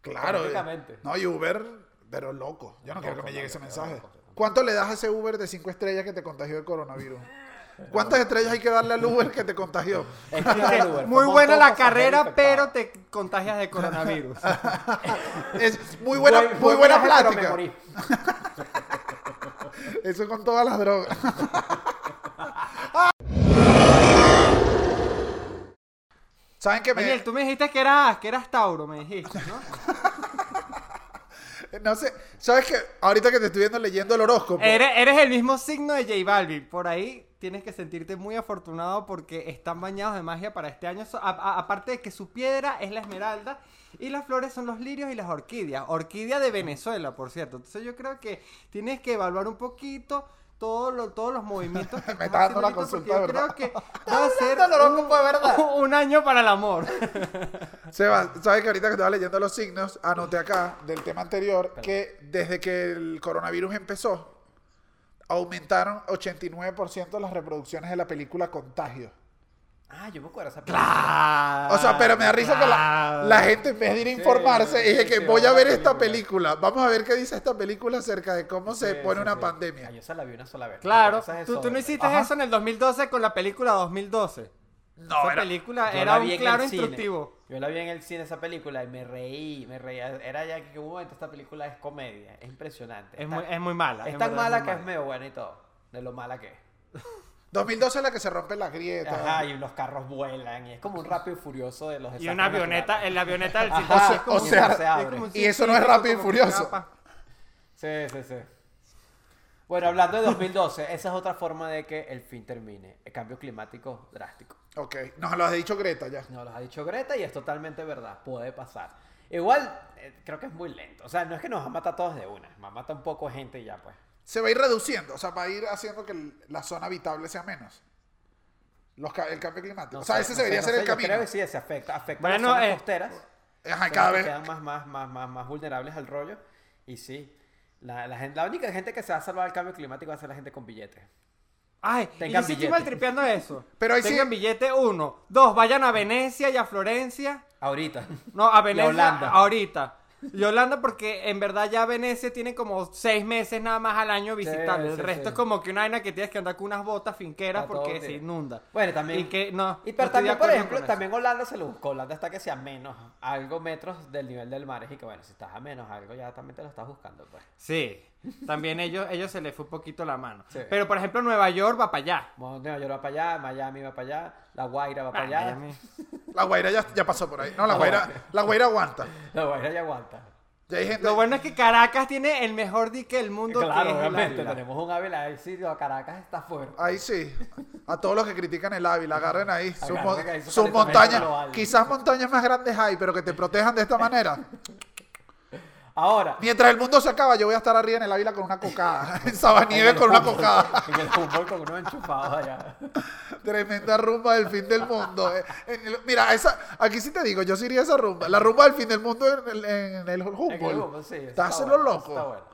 Speaker 1: Claro.
Speaker 2: prácticamente.
Speaker 1: eh, No, y Uber, pero loco. Yo no quiero que
Speaker 2: Loco,
Speaker 1: me llegue
Speaker 2: loco,
Speaker 1: ese
Speaker 2: loco,
Speaker 1: mensaje.
Speaker 2: loco.
Speaker 1: ¿Cuánto le das a ese Uber de cinco estrellas que te contagió de coronavirus? ¿Cuántas estrellas hay que darle al Uber que te contagió?
Speaker 2: Es que era el Uber,
Speaker 3: Muy
Speaker 2: fue
Speaker 3: buena
Speaker 2: montón
Speaker 3: la
Speaker 2: de pasajeros
Speaker 3: carrera, pero
Speaker 2: infectados.
Speaker 3: te contagias de coronavirus.
Speaker 1: Es muy buena,
Speaker 2: Buen-
Speaker 1: muy
Speaker 2: buen
Speaker 1: buena
Speaker 2: viaje, pero me
Speaker 1: plática.
Speaker 2: morí.
Speaker 1: Eso con todas las drogas. ¿Saben que me-
Speaker 3: Daniel, tú me dijiste que eras, que eras Tauro, me dijiste, ¿no?
Speaker 1: No sé, ¿sabes que Ahorita que te estoy viendo leyendo el horóscopo.
Speaker 3: Eres, eres el mismo signo de J Balvin. Por ahí tienes que sentirte muy afortunado porque están bañados de magia para este año. So- a- a- aparte de que su piedra es la esmeralda y las flores son los lirios y las orquídeas. Orquídea de Venezuela, por cierto. Entonces yo creo que tienes que evaluar un poquito todo lo- todos los movimientos que
Speaker 1: Me
Speaker 3: estás
Speaker 1: está dando
Speaker 3: haciendo
Speaker 1: la
Speaker 3: ahorita,
Speaker 1: consulta,
Speaker 3: porque
Speaker 1: ¿verdad?
Speaker 3: Yo creo que va a ser
Speaker 2: hablando el
Speaker 3: un,
Speaker 2: horóscopo de verdad.
Speaker 3: un año para el amor.
Speaker 1: Seba, ¿sabes que ahorita que estaba leyendo los signos, anoté acá del tema anterior que desde que el coronavirus empezó, aumentaron 89% las reproducciones de la película Contagio.
Speaker 2: Ah, yo me acuerdo esa película.
Speaker 3: Claro.
Speaker 1: O sea, pero me da risa que la, la gente en vez de ir a informarse,
Speaker 2: sí,
Speaker 1: dije que
Speaker 2: sí,
Speaker 1: voy a
Speaker 2: vamos a
Speaker 1: ver
Speaker 2: la
Speaker 1: esta
Speaker 2: película.
Speaker 1: película. Vamos a ver qué dice esta película acerca de cómo se
Speaker 2: Sí,
Speaker 1: pone
Speaker 2: sí,
Speaker 1: una
Speaker 2: sí. Ah,
Speaker 1: pandemia.
Speaker 2: yo se la vi una sola vez.
Speaker 3: Claro,
Speaker 2: Esa es
Speaker 3: tú, tú no
Speaker 2: sobre.
Speaker 3: hiciste
Speaker 1: Ajá.
Speaker 3: eso en el 2012 con la película 2012.
Speaker 1: No,
Speaker 3: Esa
Speaker 1: era-
Speaker 3: película
Speaker 2: Yo
Speaker 3: era
Speaker 2: la
Speaker 3: un
Speaker 2: vi en
Speaker 3: claro
Speaker 2: el cine.
Speaker 3: instructivo.
Speaker 2: Yo la vi en el cine esa película y me reí, me reía. Era ya que en un momento esta película es comedia, es impresionante.
Speaker 3: Es
Speaker 2: Está-
Speaker 3: muy, es muy mala.
Speaker 2: es
Speaker 3: en
Speaker 2: tan
Speaker 3: verdad
Speaker 2: mala
Speaker 3: muy
Speaker 2: que es medio buena y todo, de lo mala que es.
Speaker 1: 2012 es la que se rompe la grieta.
Speaker 2: Ajá, y los carros vuelan y es como un rápido y furioso de los
Speaker 3: Y una
Speaker 2: desastres
Speaker 3: avioneta,
Speaker 2: naturales.
Speaker 3: el avioneta del circo.
Speaker 2: Ajá,
Speaker 1: O sea-
Speaker 2: es como
Speaker 1: o
Speaker 2: que
Speaker 1: sea,
Speaker 2: se abre.
Speaker 3: como un
Speaker 1: Y eso no es
Speaker 3: cirquito,
Speaker 1: Rápido y
Speaker 3: como que
Speaker 1: Furioso.
Speaker 3: escapa.
Speaker 2: Sí, sí, sí. Bueno, hablando de 2012, esa es otra forma de que el fin termine. El cambio climático drástico.
Speaker 1: Ok, nos lo has dicho Greta ya.
Speaker 2: Nos los ha dicho Greta y es totalmente verdad, puede pasar. Igual, eh, creo que es muy lento. O sea, no es que nos va a matar a todos de una, nos mata un poco de gente y ya pues.
Speaker 1: se va a ir reduciendo, o sea, va a ir haciendo que el- la zona habitable sea menos. Los ca- el cambio climático.
Speaker 2: No
Speaker 1: o sea,
Speaker 2: sé,
Speaker 1: ese
Speaker 2: no sé,
Speaker 1: debería
Speaker 2: no
Speaker 1: ser
Speaker 2: sé,
Speaker 1: el
Speaker 2: yo
Speaker 1: camino.
Speaker 2: Creo que sí, se afecta, afecta a
Speaker 3: Bueno,
Speaker 2: las zonas
Speaker 3: eh,
Speaker 2: costeras.
Speaker 1: Ajá,
Speaker 2: son
Speaker 1: cada
Speaker 2: las
Speaker 1: vez.
Speaker 2: que quedan más, más, más, más, más vulnerables al rollo. Y sí, la, la, gente, la única gente que se va a salvar del cambio climático va a ser la gente con billetes.
Speaker 3: Ay, y yo
Speaker 2: Tengan
Speaker 3: sí estoy
Speaker 2: billete.
Speaker 3: maltripeando eso.
Speaker 1: Pero ahí sí-
Speaker 3: Tengan billete uno. Dos, vayan a Venecia y a Florencia.
Speaker 2: Ahorita.
Speaker 3: No, a Venecia
Speaker 2: Holanda.
Speaker 3: ahorita. Yolanda, porque en verdad ya Venecia tiene como seis meses nada más al año visitable. El
Speaker 2: sí,
Speaker 3: resto
Speaker 2: sí.
Speaker 3: es como que una vaina que tienes que andar con unas botas finqueras
Speaker 2: Está todo
Speaker 3: porque se
Speaker 2: bien.
Speaker 3: inunda.
Speaker 2: Bueno, también.
Speaker 3: Y que no. no
Speaker 2: Y
Speaker 3: estoy
Speaker 2: pero
Speaker 3: de
Speaker 2: también, por
Speaker 3: acuerdo
Speaker 2: ejemplo,
Speaker 3: con eso.
Speaker 2: también Holanda se lo buscó. Holanda está que sea menos algo metros del nivel del mar. Es y que bueno, si estás a menos algo, ya también te lo estás buscando, pues.
Speaker 3: Sí. También ellos, ellos se les fue un poquito la mano.
Speaker 2: Sí.
Speaker 3: Pero por ejemplo, Nueva York va para allá.
Speaker 2: Bueno, Nueva York va para allá, Miami va para allá, La Guaira va para
Speaker 3: Ah,
Speaker 2: allá.
Speaker 3: Miami.
Speaker 1: La Guaira ya, ya pasó por ahí. No, la Guaira, la Guaira aguanta.
Speaker 2: La Guaira ya aguanta.
Speaker 1: Ya hay gente.
Speaker 3: Lo bueno es que Caracas tiene el mejor dique del mundo. que
Speaker 2: Claro,
Speaker 3: es el
Speaker 2: obviamente,
Speaker 3: Ávila.
Speaker 2: tenemos un Ávila ahí, sí, no, Caracas está fuerte.
Speaker 1: Ahí sí. A todos los que critican el Ávila, agarren ahí. Sus
Speaker 2: Agarren
Speaker 1: mon-
Speaker 2: ahí su
Speaker 1: sus
Speaker 2: calentamiento
Speaker 1: montañas.
Speaker 2: global.
Speaker 1: Quizás montañas más grandes hay, pero que te protejan de esta manera.
Speaker 2: Ahora,
Speaker 1: Mientras el mundo se acaba, yo voy a estar arriba en el Ávila con una cocada. En Sabanieve con una cocada.
Speaker 2: En el fútbol con unos enchufados allá.
Speaker 1: Tremenda rumba del fin del mundo. eh. En el- mira, esa, aquí sí te digo, yo sí iría a esa rumba. La rumba del fin del mundo en el, en el
Speaker 2: En el fútbol,
Speaker 1: fútbol.
Speaker 2: sí, eso
Speaker 1: Estás
Speaker 2: está
Speaker 1: haciendo
Speaker 2: bueno, eso Está
Speaker 1: loco.
Speaker 2: bueno.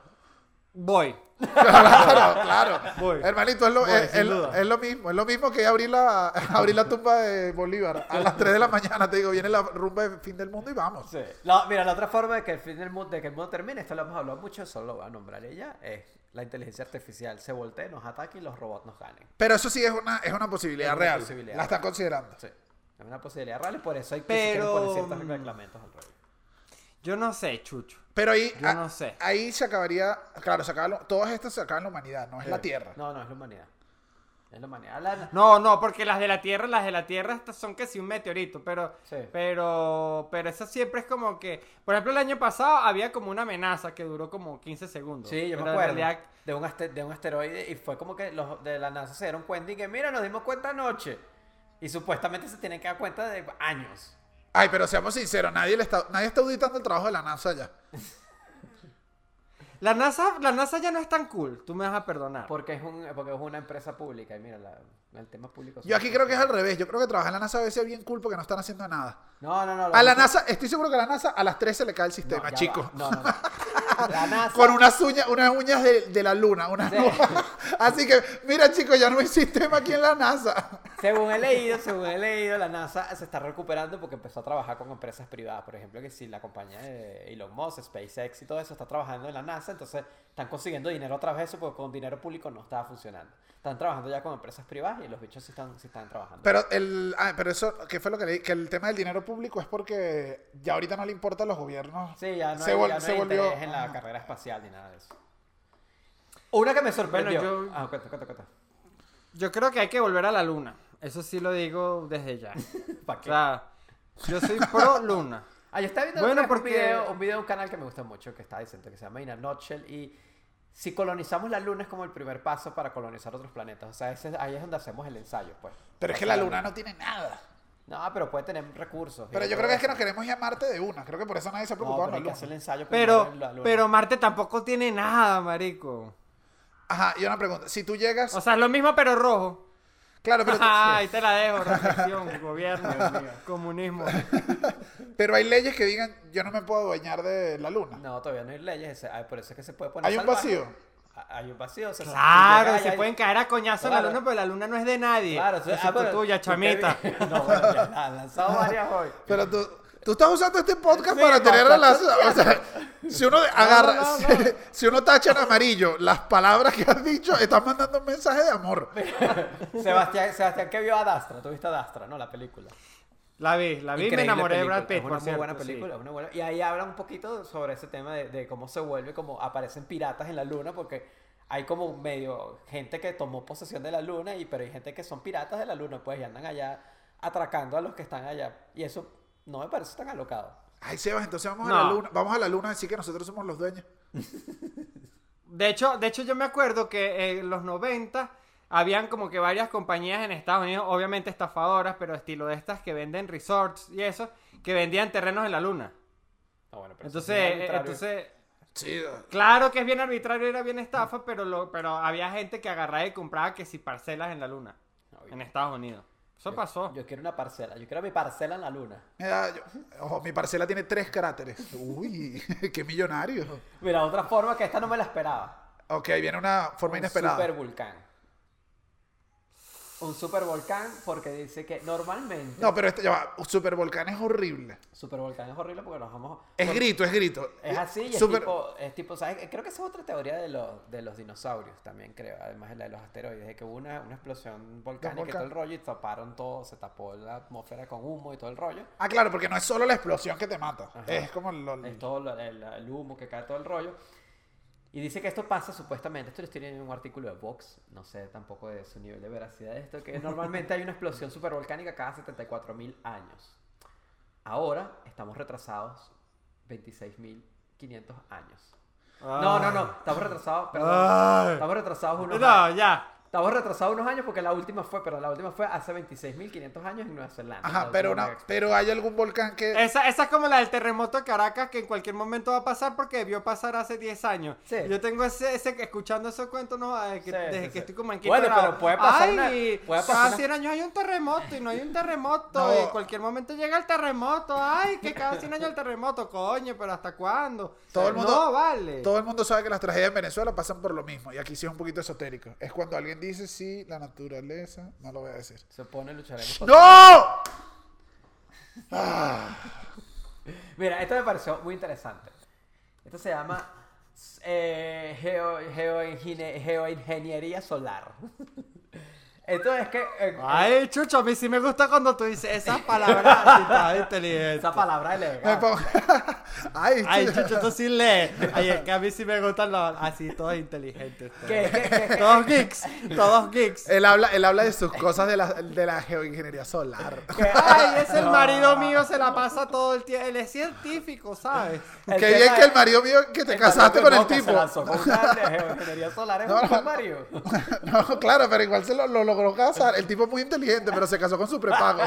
Speaker 3: Voy.
Speaker 1: Claro, claro.
Speaker 3: Voy.
Speaker 1: Hermanito, es lo,
Speaker 3: Voy,
Speaker 1: es,
Speaker 3: sin
Speaker 1: es-
Speaker 3: duda.
Speaker 1: es lo mismo. Es lo mismo que abrir la, abrir la tumba de Bolívar a las 3 de la mañana. Te digo, viene la rumba del fin del mundo y vamos.
Speaker 2: Sí. La- mira, la otra forma de que el fin del mundo, de que el mundo termine, esto lo hemos hablado mucho, solo lo voy a nombrar ella, es la inteligencia artificial se voltee, nos ataque y los robots nos ganen.
Speaker 1: Pero eso sí es una, es una posibilidad
Speaker 2: Es una
Speaker 1: real.
Speaker 2: posibilidad.
Speaker 1: La están considerando.
Speaker 2: Sí. Es una posibilidad real y por eso hay que
Speaker 3: Pero,
Speaker 2: poner ciertos
Speaker 3: mm,
Speaker 2: reglamentos al rollo.
Speaker 3: Yo no sé, Chucho.
Speaker 1: Pero ahí,
Speaker 3: Yo
Speaker 1: a-
Speaker 3: no sé.
Speaker 1: ahí se acabaría, claro, se acaba lo- todas estas se acaban en la humanidad, no es la
Speaker 2: Sí.
Speaker 1: Tierra.
Speaker 2: No, no, es la humanidad. Es la humanidad. La-
Speaker 3: No, no, porque las de la Tierra, las de la Tierra estas son que sí un meteorito, pero,
Speaker 2: Sí.
Speaker 3: pero, pero eso siempre es como que, por ejemplo, el año pasado había como una amenaza que duró como 15 segundos.
Speaker 2: Sí, yo
Speaker 3: Pero
Speaker 2: me
Speaker 3: en
Speaker 2: acuerdo.
Speaker 3: realidad-
Speaker 2: De, un aste- de un asteroide y fue como que los de la NASA se dieron cuenta y que, mira, nos dimos cuenta anoche. Y supuestamente se tienen que dar cuenta de años.
Speaker 1: Ay, pero seamos sinceros, nadie, le está, nadie está auditando el trabajo de la NASA ya.
Speaker 3: la NASA, la NASA ya no es tan cool. Tú me vas a perdonar.
Speaker 2: Porque es, un, porque es una empresa pública y mira, la- el tema público...
Speaker 1: Yo aquí creo que es al revés, yo creo que trabajar en la NASA a veces es bien cool porque no están haciendo nada.
Speaker 2: No, no, no. lo
Speaker 1: A la
Speaker 2: único-
Speaker 1: NASA, estoy seguro que a la NASA a las 3 se le cae el
Speaker 2: No,
Speaker 1: sistema,
Speaker 2: ya
Speaker 1: chicos.
Speaker 2: va. No, no, no. La NASA...
Speaker 1: Con unas uñas, unas uñas de, de la luna, unas
Speaker 2: Sí.
Speaker 1: nubes. Así que, mira chicos, ya no hay sistema aquí en la NASA.
Speaker 2: Según he leído, según he leído, la NASA se está recuperando porque empezó a trabajar con empresas privadas. Por ejemplo, que si la compañía de Elon Musk, SpaceX y todo eso está trabajando en la NASA, entonces están consiguiendo dinero a través de eso porque con dinero público no estaba funcionando. Están trabajando ya con empresas privadas y los bichos sí están, sí están trabajando.
Speaker 1: Pero el, ah, pero eso, ¿qué fue lo que leí? Que el tema del dinero público es porque ya ahorita no le importa a los gobiernos.
Speaker 2: sí, ya no
Speaker 1: se
Speaker 2: hay,
Speaker 1: vol-
Speaker 2: ya no
Speaker 1: se
Speaker 2: hay
Speaker 1: volvió-
Speaker 2: interés en la
Speaker 1: ajá.
Speaker 2: carrera espacial ni nada de eso. Una que me sorprendió.
Speaker 3: yo-
Speaker 2: Ah, cuenta, cuenta, cuenta.
Speaker 3: Yo creo que hay que volver a la luna. Eso sí lo digo desde ya.
Speaker 2: ¿Para
Speaker 3: O
Speaker 2: qué?
Speaker 3: sea, yo soy pro luna.
Speaker 2: Ah, yo estaba viendo
Speaker 3: Bueno,
Speaker 2: otra vez
Speaker 3: porque-
Speaker 2: un, video, un video de un canal que me gusta mucho que está diciendo que se llama In a Nutshell y si colonizamos la luna es como el primer paso para colonizar otros planetas. O sea, ese- ahí es donde hacemos el ensayo, pues.
Speaker 1: Pero es que la luna no tiene nada.
Speaker 2: No, pero puede tener recursos. y
Speaker 1: Pero yo
Speaker 2: todo
Speaker 1: creo que es que
Speaker 2: eso.
Speaker 1: nos queremos ir a Marte de una. Creo que por eso nadie se ha
Speaker 2: No,
Speaker 1: preocupado
Speaker 2: pero hay
Speaker 1: por
Speaker 2: que
Speaker 1: la
Speaker 2: hacer el
Speaker 1: luna.
Speaker 2: ensayo
Speaker 3: Pero,
Speaker 2: primero en la luna.
Speaker 3: pero Marte tampoco tiene nada, marico.
Speaker 1: Ajá, y una pregunta. Si tú llegas.
Speaker 3: O sea, es lo mismo pero rojo.
Speaker 1: claro, pero,
Speaker 3: Ahí te la dejo, reflexión, gobierno, comunismo.
Speaker 1: pero hay leyes que digan: Yo no me puedo adueñar de la luna.
Speaker 2: No, todavía no hay leyes. ese- ah, por eso es que se puede poner
Speaker 1: hay un
Speaker 2: salvaje.
Speaker 1: vacío.
Speaker 2: Ah, Hay un vacío. o sea, si
Speaker 3: Claro,
Speaker 2: llega
Speaker 3: y se
Speaker 2: ahí-
Speaker 3: pueden caer a coñazo en la
Speaker 2: Claro.
Speaker 3: luna, pero la luna no es de nadie.
Speaker 2: Claro,
Speaker 3: Claro,
Speaker 2: o
Speaker 3: es
Speaker 2: sea, ah, pero-
Speaker 3: tuya, chamita.
Speaker 2: No, bueno, ya la han lanzado varias hoy.
Speaker 1: Pero tú, tú estás usando este podcast
Speaker 2: Sí,
Speaker 1: para
Speaker 2: no,
Speaker 1: tener
Speaker 2: está
Speaker 1: relación. O sea, si uno agarra.
Speaker 3: no, no,
Speaker 1: si,
Speaker 3: no.
Speaker 1: si uno tacha en amarillo las palabras que has dicho, estás mandando un mensaje de amor.
Speaker 2: Sebastián, Sebastián que vio a Dastra, tú viste a Dastra, ¿no? La película.
Speaker 3: La vi, la vi, me
Speaker 2: Increíble
Speaker 3: enamoré de
Speaker 2: película,
Speaker 3: Brad Pitt,
Speaker 2: Es una
Speaker 3: por
Speaker 2: muy
Speaker 3: cierto,
Speaker 2: buena
Speaker 3: sí.
Speaker 2: película, es una buena- Y ahí habla un poquito sobre ese tema de, de cómo se vuelve, como aparecen piratas en la luna, porque hay como medio gente que tomó posesión de la luna, y pero hay gente que son piratas de la luna, pues, y andan allá atracando a los que están allá. Y eso no me parece tan alocado.
Speaker 1: Ay, Sebas, entonces vamos a
Speaker 3: No.
Speaker 1: la luna. Vamos a la luna a decir que nosotros somos los dueños.
Speaker 3: De hecho, de hecho, yo me acuerdo que eh, en los 90 habían como que varias compañías en Estados Unidos, obviamente estafadoras, pero estilo de estas que venden resorts y eso, que vendían terrenos en la luna.
Speaker 2: No, Ah, bueno, pero eso es
Speaker 3: Entonces,
Speaker 2: muy
Speaker 3: eh,
Speaker 2: arbitrario.
Speaker 3: entonces...
Speaker 1: Sí.
Speaker 3: Claro que es bien arbitrario, era bien
Speaker 2: Mm.
Speaker 3: estafa, pero lo, pero había gente que agarraba y compraba que si parcelas en la luna,
Speaker 2: No, yo-
Speaker 3: en Estados Unidos. Eso
Speaker 2: yo-
Speaker 3: pasó.
Speaker 2: Yo quiero una parcela, yo quiero mi parcela en la luna.
Speaker 1: Mira, yo- ojo, mi parcela tiene tres cráteres. Uy, qué millonario.
Speaker 2: Mira, otra forma que esta no me la esperaba.
Speaker 1: Ok, viene una forma
Speaker 2: Un
Speaker 1: inesperada.
Speaker 2: Super volcán. un supervolcán porque dice que normalmente
Speaker 1: No, pero este, ya va. Supervolcán es horrible.
Speaker 2: supervolcán es horrible porque nos vamos
Speaker 1: Es grito, es grito.
Speaker 2: es así y es
Speaker 1: Super-
Speaker 2: tipo, es tipo, ¿sabes? Creo que esa es otra teoría de los, de los dinosaurios también, creo. Además de la de los asteroides, de que hubo una, una explosión volcánica y todo el rollo y taparon todo, se tapó la atmósfera con humo y todo el rollo.
Speaker 1: Ah, claro, porque no es solo la explosión que te mata.
Speaker 2: Ajá.
Speaker 1: Es como lo...
Speaker 2: Es todo lo- el, el humo que cae, todo el rollo. Y dice que esto pasa supuestamente, esto lo estoy leyendo en un artículo de Vox, no sé tampoco de su nivel de veracidad de esto, que normalmente hay una explosión supervolcánica cada 74.000 años. Ahora estamos retrasados 26.500 años. No, no, no, estamos retrasados, perdón.
Speaker 3: Ay.
Speaker 2: Estamos retrasados unos años.
Speaker 3: No, ya.
Speaker 2: Estamos retrasados unos años porque la última fue, pero la última fue hace 26.500 años en Nueva Zelanda.
Speaker 1: Ajá,
Speaker 2: la
Speaker 1: pero,
Speaker 2: última
Speaker 1: una-
Speaker 2: mega
Speaker 1: pero hay algún volcán que...
Speaker 3: Esa, esa es como la del terremoto de Caracas que en cualquier momento va a pasar porque debió pasar hace 10 años.
Speaker 2: Sí.
Speaker 3: Yo tengo ese, ese que escuchando esos cuentos no, eh, que-
Speaker 2: Sí,
Speaker 3: desde
Speaker 2: sí,
Speaker 3: que
Speaker 2: sí.
Speaker 3: estoy como en
Speaker 2: Bueno,
Speaker 3: quinto grado.
Speaker 2: pero puede pasar una-
Speaker 3: Ay,
Speaker 2: puede pasar
Speaker 3: cada
Speaker 2: una-
Speaker 3: 100 años hay un terremoto y no hay un terremoto
Speaker 1: No.
Speaker 3: y en cualquier momento llega el terremoto. Ay, que cada 100 años el terremoto, coño, pero ¿hasta cuándo?
Speaker 1: Todo el mundo-
Speaker 3: No, vale.
Speaker 1: Todo el mundo sabe que las tragedias en Venezuela pasan por lo mismo. Y aquí sí es un poquito esotérico. Es cuando alguien dice, sí, la naturaleza... No lo voy a decir.
Speaker 2: Se pone lucharemos
Speaker 1: ¡No! Ah,
Speaker 2: Mira, esto me pareció muy interesante. Esto se llama eh, geo- geoingine- geoingeniería solar. esto es que eh,
Speaker 3: Ay, Chucho, a mí sí me gusta cuando tú dices esas palabras así, está inteligente.
Speaker 2: esa palabra es
Speaker 1: me
Speaker 2: legal.
Speaker 1: pongo- Ay,
Speaker 3: Ay,
Speaker 1: chucha.
Speaker 3: Chucho, tú sí lees. Ay, es que a mí sí me gustan los... Así, todos inteligentes. todos.
Speaker 2: Que- que- que-
Speaker 3: Todos geeks, todos geeks.
Speaker 2: Eh,
Speaker 1: Él habla, él habla de sus cosas de la, de la geoingeniería solar.
Speaker 2: que-
Speaker 3: Ay, es el marido mío, se la pasa todo el tiempo. Él es científico, ¿sabes?
Speaker 2: el
Speaker 1: Qué
Speaker 2: tema
Speaker 1: bien que
Speaker 2: es-
Speaker 1: el marido mío que te
Speaker 2: el
Speaker 1: casaste
Speaker 2: marido
Speaker 1: con el
Speaker 2: no, que
Speaker 1: tipo.
Speaker 2: Se lanzó con una de geoingeniería solar es
Speaker 1: No,
Speaker 2: un
Speaker 1: no.
Speaker 2: Mario.
Speaker 1: No, claro, pero igual se lo, lo logró casar. El tipo es muy inteligente, pero se casó con su prepago.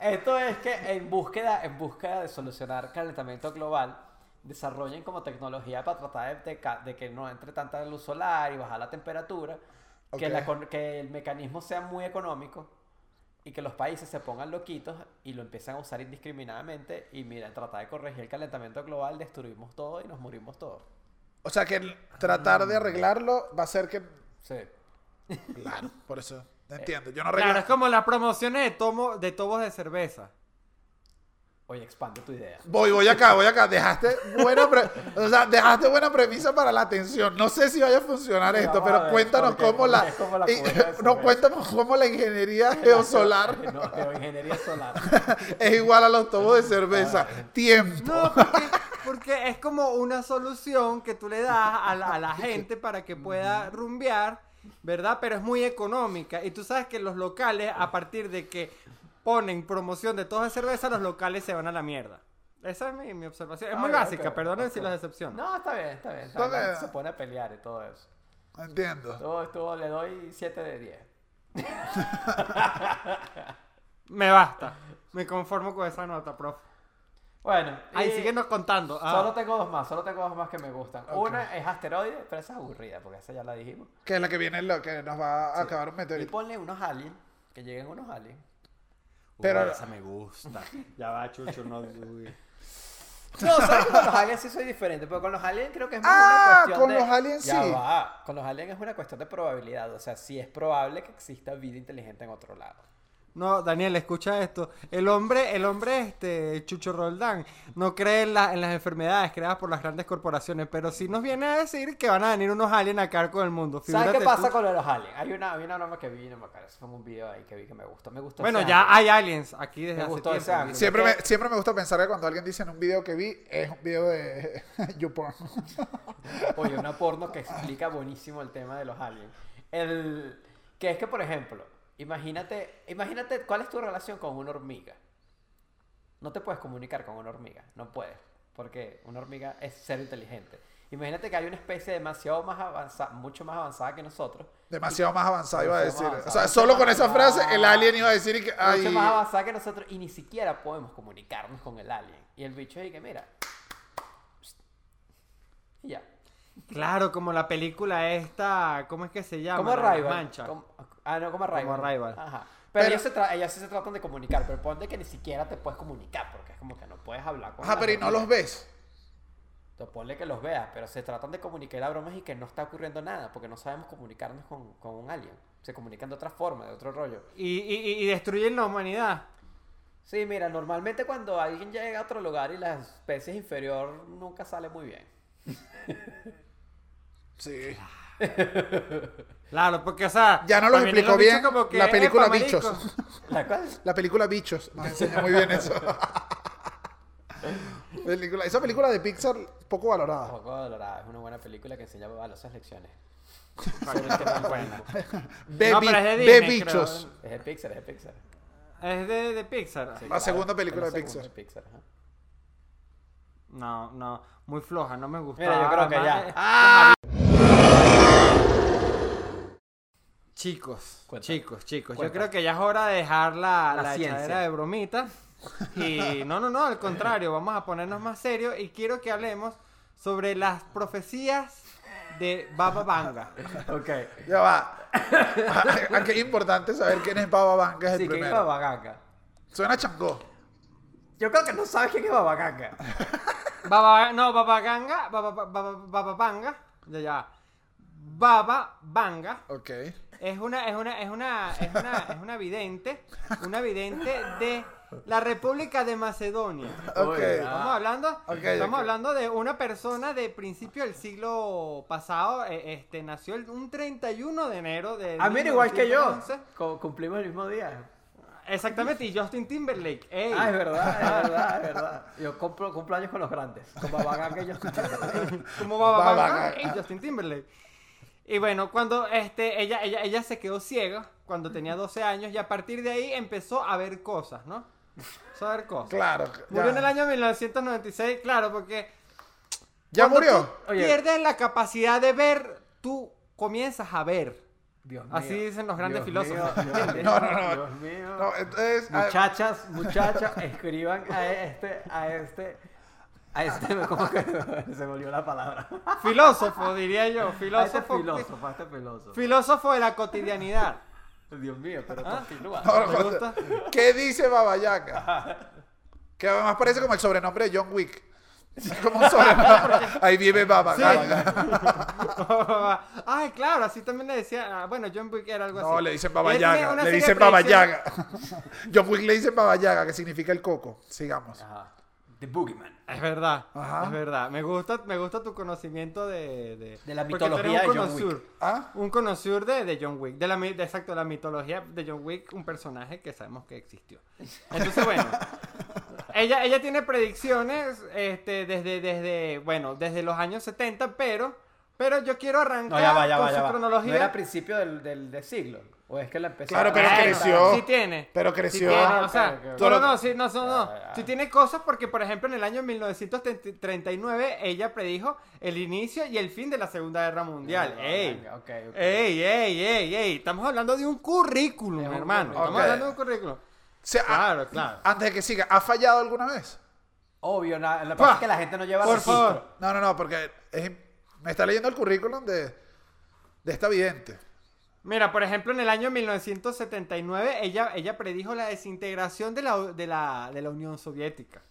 Speaker 2: Esto es que en búsqueda, en búsqueda de solucionar calentamiento global, desarrollen como tecnología para tratar de, de ca- de que no entre tanta luz solar y bajar la temperatura, que,
Speaker 1: Ok.
Speaker 2: la con- que el mecanismo sea muy económico y que los países se pongan loquitos y lo empiezan a usar indiscriminadamente y mira, tratar de corregir el calentamiento global, destruimos todo y nos morimos todos.
Speaker 1: O sea que el tratar de arreglarlo va a ser que.
Speaker 2: Sí.
Speaker 1: Claro, por eso. No entiendo. Yo no arreglo.
Speaker 3: Claro, es como las promociones de, tomo, de tobos de cerveza.
Speaker 2: Oye, expande tu idea.
Speaker 1: Voy, voy acá, voy acá. Dejaste buena, pre- o sea, dejaste buena premisa para la atención. No sé si vaya a funcionar
Speaker 2: Sí,
Speaker 1: esto,
Speaker 2: vamos a
Speaker 1: pero
Speaker 2: ver,
Speaker 1: cuéntanos
Speaker 2: porque
Speaker 1: cómo la.
Speaker 2: Ah, es como la
Speaker 1: y-
Speaker 2: cubeta de
Speaker 1: no,
Speaker 2: cerveza.
Speaker 1: cuéntanos cómo la ingeniería geosolar
Speaker 2: No, geoingeniería solar.
Speaker 1: es igual a los tobos de cerveza.
Speaker 2: Ah.
Speaker 1: Tiempo.
Speaker 2: Oh.
Speaker 3: No, porque, porque es como una solución que tú le das a la, a la gente para que pueda rumbear, ¿verdad? Pero es muy económica. Y tú sabes que los locales, a partir de que ponen promoción de todas de cerveza, los locales se van a la mierda. Esa es mi, mi observación. Es muy
Speaker 2: Ah,
Speaker 3: básica,
Speaker 2: ok,
Speaker 3: perdonen
Speaker 2: ok.
Speaker 3: si los decepciono.
Speaker 2: No, está bien, está bien. está
Speaker 1: Está
Speaker 2: bien. La gente
Speaker 1: bien.
Speaker 2: Se pone a pelear y todo eso.
Speaker 1: Entiendo.
Speaker 2: Todo esto le doy 7 de 10.
Speaker 3: Me basta. Me conformo con esa nota, profe.
Speaker 2: Bueno,
Speaker 3: Ay,
Speaker 2: y
Speaker 3: síguenos contando. Ah.
Speaker 2: Eh, Solo tengo dos más, solo tengo dos más que me gustan.
Speaker 1: Ok.
Speaker 2: Una es asteroide, pero esa es aburrida porque esa ya la dijimos.
Speaker 1: Que es la que viene, lo que nos va a acabar un
Speaker 2: Y
Speaker 1: meteorito.
Speaker 2: ponle unos aliens, que lleguen unos aliens.
Speaker 1: Pero-
Speaker 3: Uy, esa me gusta. Ya va, Chucho, no uy.
Speaker 2: No, sabes que con los aliens sí soy diferente, pero con los aliens creo que es más
Speaker 1: Ah,
Speaker 2: una cuestión
Speaker 1: con
Speaker 2: de-
Speaker 1: los aliens
Speaker 2: Ya
Speaker 1: sí.
Speaker 2: va, Con los aliens es una cuestión de probabilidad, o sea, sí es probable que exista vida inteligente en otro lado.
Speaker 3: No, Daniel, escucha esto. El hombre, el hombre este, Chucho Roldán, no cree en, la- en las enfermedades creadas por las grandes corporaciones, pero sí nos viene a decir que van a venir unos aliens a cargo del mundo.
Speaker 2: ¿Sabes
Speaker 3: Figúrate
Speaker 2: qué pasa
Speaker 3: tú.
Speaker 2: con lo de los aliens? Hay una, hay una norma que vi, no me acuerdo, eso fue en un video ahí que vi que me gustó, me gustó.
Speaker 3: Bueno,
Speaker 2: ese
Speaker 3: ya
Speaker 2: ángulo.
Speaker 3: hay aliens aquí desde
Speaker 2: Me
Speaker 3: hace
Speaker 2: gustó ese
Speaker 3: tiempo.
Speaker 2: ángulo.
Speaker 1: Siempre me,
Speaker 2: que-
Speaker 1: siempre me gusta pensar que cuando alguien dice en un video que vi, es un video de YouPorn.
Speaker 2: Oye, una porno que explica buenísimo el tema de los aliens. El que es que, por ejemplo, imagínate, imagínate cuál es tu relación con una hormiga. No te puedes comunicar con una hormiga, no puedes, porque una hormiga es ser inteligente. Imagínate que hay una especie demasiado más avanzada, mucho más avanzada que nosotros,
Speaker 1: Demasiado más avanzado iba a
Speaker 2: Demasiado
Speaker 1: decir.
Speaker 2: más
Speaker 1: O
Speaker 2: avanzado.
Speaker 1: sea, solo con esa frase el
Speaker 2: Ah.
Speaker 1: alien iba a decir que ay,
Speaker 2: mucho más avanzada que nosotros y ni siquiera podemos comunicarnos con el alien. Y el bicho dice, mira, y ya.
Speaker 3: Claro, como la película esta, ¿cómo es que se llama?
Speaker 2: Como
Speaker 3: La de
Speaker 2: Rival.
Speaker 3: Mancha.
Speaker 2: Como- ah, no, como Rival.
Speaker 3: Rival.
Speaker 2: Ajá. Pero,
Speaker 1: Pero-
Speaker 2: ellos, se tra- ellos sí se tratan de comunicar, pero ponte que ni siquiera te puedes comunicar, porque es como que no puedes hablar con
Speaker 1: Ajá,
Speaker 2: la
Speaker 1: pero y Ah, no
Speaker 2: gente.
Speaker 1: los ves.
Speaker 2: Entonces, ponle que los veas, pero se tratan de comunicar a bromas y que no está ocurriendo nada, porque no sabemos comunicarnos con, con un alien. Se comunican de otra forma, de otro rollo.
Speaker 3: Y, y- y destruyen la humanidad.
Speaker 2: Sí, mira, normalmente cuando alguien llega a otro lugar y la especie inferior nunca sale muy bien.
Speaker 1: Sí.
Speaker 3: Claro, porque, o sea.
Speaker 1: Ya no lo
Speaker 3: también
Speaker 1: explicó
Speaker 3: los bichos
Speaker 1: bien
Speaker 3: como que,
Speaker 1: la película
Speaker 3: "Epa, marico".
Speaker 1: Bichos.
Speaker 2: ¿La cual?
Speaker 1: La película Bichos. Nos enseña muy bien eso. Película- esa película de Pixar, poco valorada.
Speaker 2: Poco Dolorada es una buena película que enseña valiosas lecciones. Sobre el tema del tiempo.
Speaker 1: Ve,
Speaker 3: No,
Speaker 1: bi-
Speaker 3: pero es de
Speaker 1: ve
Speaker 3: Disney,
Speaker 1: Bichos.
Speaker 2: Es de Pixar, es de Pixar.
Speaker 3: Es de, de Pixar.
Speaker 1: La segunda película
Speaker 2: es la
Speaker 1: de
Speaker 2: segunda
Speaker 1: Pixar.
Speaker 2: Pixar, ajá.
Speaker 3: No, no. Muy floja, no me gusta.
Speaker 2: Mira, yo creo que ya. Ah.
Speaker 3: Chicos,
Speaker 2: Cuéntame.
Speaker 3: chicos, chicos. Yo
Speaker 2: Cuéntame.
Speaker 3: creo que ya es hora de dejar la,
Speaker 2: La
Speaker 3: la
Speaker 2: ciencia.
Speaker 3: echadera de bromita. Y no, no, no, al contrario, vamos a ponernos más serios y quiero que hablemos sobre las profecías de Baba Vanga.
Speaker 2: Ok.
Speaker 1: Ya va. Aquí es importante saber quién es Baba Vanga, es el
Speaker 2: Sí, ¿quién es
Speaker 1: primero.
Speaker 2: Babaganga?
Speaker 1: Suena a Changó.
Speaker 2: Yo creo que no sabes quién es Babaganga.
Speaker 3: Baba, no, Baba Ganga, Baba, Baba, Baba Vanga, ya, ya. Baba Vanga
Speaker 1: Ok.
Speaker 3: es una, es una, es una, es una, es una vidente, una vidente de la República de Macedonia.
Speaker 1: Ok.
Speaker 2: Hola.
Speaker 3: Estamos
Speaker 2: Ah,
Speaker 3: hablando,
Speaker 1: ok,
Speaker 3: estamos
Speaker 1: ok.
Speaker 3: hablando de una persona de principio del siglo pasado, eh, este, nació el, un 31 de enero de
Speaker 2: Ah, mira, igual que yo.
Speaker 3: 1911.
Speaker 2: Co- cumplimos el mismo día.
Speaker 3: Exactamente, y Justin Timberlake. ey.
Speaker 2: Ah, es verdad, es verdad, es verdad. Yo compro cumpleaños con los grandes. Con Babaganga y yo.
Speaker 3: como Baba
Speaker 1: Baba
Speaker 3: Banga
Speaker 1: Gaga.
Speaker 3: y Justin Timberlake. Y bueno, cuando este, ella, ella, ella se quedó ciega cuando tenía 12 años y a partir de ahí empezó a ver cosas, ¿no? Empezó a ver cosas.
Speaker 1: Claro.
Speaker 3: Murió
Speaker 1: ya.
Speaker 3: en el año 1996, claro, porque
Speaker 1: ¿Ya
Speaker 3: cuando
Speaker 1: murió?
Speaker 3: tú
Speaker 2: Oye.
Speaker 3: Pierdes la capacidad de ver, tú comienzas a ver.
Speaker 2: Dios mío.
Speaker 3: Así dicen los grandes
Speaker 2: Dios
Speaker 3: filósofos.
Speaker 2: mío, Dios mío,
Speaker 1: No, no, no.
Speaker 2: Dios mío.
Speaker 1: No, entonces. ah,
Speaker 2: Muchachas, muchachas, escriban a este, a este, a este, ¿cómo que se volvió la palabra?
Speaker 3: Filósofo, diría yo.
Speaker 2: A este
Speaker 3: Filósofo,
Speaker 2: filósofo, a este filósofo. ¿Ah?
Speaker 3: filósofo de la cotidianidad.
Speaker 2: Dios mío, pero continúa.
Speaker 1: no, no,
Speaker 3: ¿Te gusta?
Speaker 1: ¿Qué dice Baba Yaga? Que además parece como el sobrenombre de John Wick. Como un sobrenombre. Ahí vive Baba
Speaker 3: Sí.
Speaker 1: Yaga.
Speaker 3: Ay, claro, así también le decía. ah, Bueno, John Wick era algo así.
Speaker 1: No, le dicen Baba
Speaker 3: Y él tiene
Speaker 1: Yaga,
Speaker 3: una
Speaker 1: Le
Speaker 3: serie de
Speaker 1: dicen Baba
Speaker 3: predicciones-
Speaker 1: Yaga. John Wick le dicen Baba Yaga, que significa el coco. Sigamos.
Speaker 3: Ah.
Speaker 2: Ajá. The Boogeyman.
Speaker 3: Es verdad,
Speaker 1: Ajá.
Speaker 3: es verdad. Me gusta, me gusta tu conocimiento de... De,
Speaker 2: De la
Speaker 3: porque tú eres
Speaker 2: mitología
Speaker 3: un
Speaker 2: de John Wick.
Speaker 3: conoceur.
Speaker 1: ¿Ah?
Speaker 3: Un conocedor de, de John Wick, de la, mi- de- exacto, la mitología de John Wick, un personaje que sabemos que existió. Entonces, bueno, ella, ella tiene predicciones este, desde, desde, bueno, desde los años 70, pero, pero yo quiero arrancar
Speaker 2: No, ya va, ya
Speaker 3: con
Speaker 2: va,
Speaker 3: su
Speaker 2: ya va.
Speaker 3: cronología.
Speaker 2: ¿No era a principio del, del, del siglo? ¿O es que la empezó?
Speaker 1: Claro, pero
Speaker 2: Ah,
Speaker 1: creció.
Speaker 3: Sí tiene.
Speaker 1: Pero
Speaker 3: Sí
Speaker 1: creció.
Speaker 3: tiene,
Speaker 2: Ah,
Speaker 3: o sea,
Speaker 2: ok, ok.
Speaker 3: no, no,
Speaker 1: Pero-
Speaker 3: no, sí, no, no, no.
Speaker 2: Ya, ya.
Speaker 3: Sí tiene cosas porque, por ejemplo, en el año 1939 ella predijo el inicio y el fin de la Segunda Guerra Mundial.
Speaker 2: Ah,
Speaker 3: ¡Ey!
Speaker 2: venga, ok, ok.
Speaker 3: ¡Ey, ey, ey, ey! Estamos hablando de un currículum,
Speaker 2: Es un
Speaker 3: hermano.
Speaker 2: currículum.
Speaker 3: Estamos
Speaker 1: Ok.
Speaker 3: hablando de un currículum.
Speaker 1: O sea, ah,
Speaker 3: Claro, claro.
Speaker 1: Antes de que siga, ¿ha fallado alguna vez?
Speaker 2: Obvio, na- lo que pasa es que la gente no lleva
Speaker 3: Por
Speaker 2: registro.
Speaker 3: favor.
Speaker 1: No, no, no, porque es- me está leyendo el currículum de, de esta vidente.
Speaker 3: Mira, por ejemplo, en el año 1979 ella, ella predijo la desintegración de la, de la, de la Unión Soviética.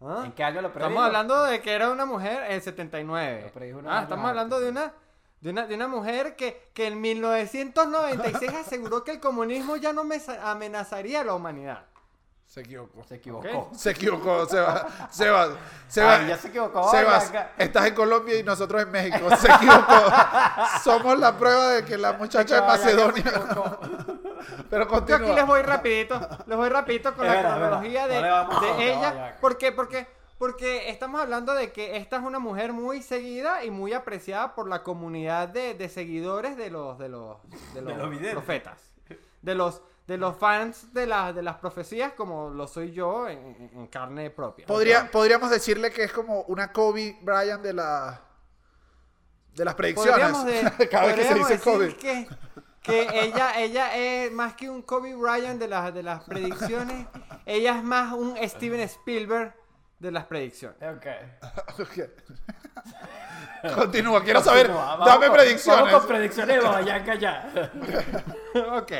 Speaker 3: ¿Ah?
Speaker 2: ¿En qué año lo perdimos?
Speaker 3: Estamos hablando de que era una mujer en 79.
Speaker 2: Lo predijo unos
Speaker 3: Ah,
Speaker 2: años
Speaker 3: estamos hablando
Speaker 2: antes,
Speaker 3: de una, de una de una mujer que, que en 1996 aseguró que el comunismo ya no mesa- amenazaría a la humanidad.
Speaker 1: Se equivocó.
Speaker 2: Se equivocó.
Speaker 3: Ok.
Speaker 1: Se equivocó, Sebas. Sebas. Sebas.
Speaker 3: Ah,
Speaker 2: Ay, ya se equivocó,
Speaker 1: Sebas,
Speaker 2: Blanca.
Speaker 1: estás en Colombia y nosotros en México. Se equivocó. Somos la prueba de que la muchacha de
Speaker 2: No, ya- ya se
Speaker 1: Macedonia.
Speaker 2: equivocó.
Speaker 1: Pero
Speaker 3: Yo aquí les
Speaker 1: continúa.
Speaker 3: voy rapidito, les voy rapidito con
Speaker 2: Es
Speaker 3: la
Speaker 2: verdad, es verdad.
Speaker 3: cronología de,
Speaker 2: No le vamos a
Speaker 3: de
Speaker 2: contar,
Speaker 3: ella.
Speaker 2: vaya.
Speaker 3: ¿Por qué? Porque, porque estamos hablando de que esta es una mujer muy seguida y muy apreciada por la comunidad de, de seguidores de los, de los, de los,
Speaker 2: los videntes.
Speaker 3: profetas. De los, de los fans de, las de las profecías como lo soy yo en, en- en carne propia.
Speaker 1: Podría- podríamos decirle que es como una Kobe Bryant de la. De las predicciones.
Speaker 3: Podríamos de-
Speaker 1: Cada vez que se
Speaker 3: podríamos
Speaker 1: dice Kobe.
Speaker 3: decir Que, que ella, ella es más que un Kobe Bryant de las, de las predicciones, ella es más un Steven Spielberg de las predicciones.
Speaker 2: Ok.
Speaker 1: Ok. Continúa, quiero saber.
Speaker 2: Continúa, vamos
Speaker 1: Dame
Speaker 2: con-
Speaker 1: predicciones.
Speaker 2: Vamos con predicciones de Babaganga ya.
Speaker 3: ok,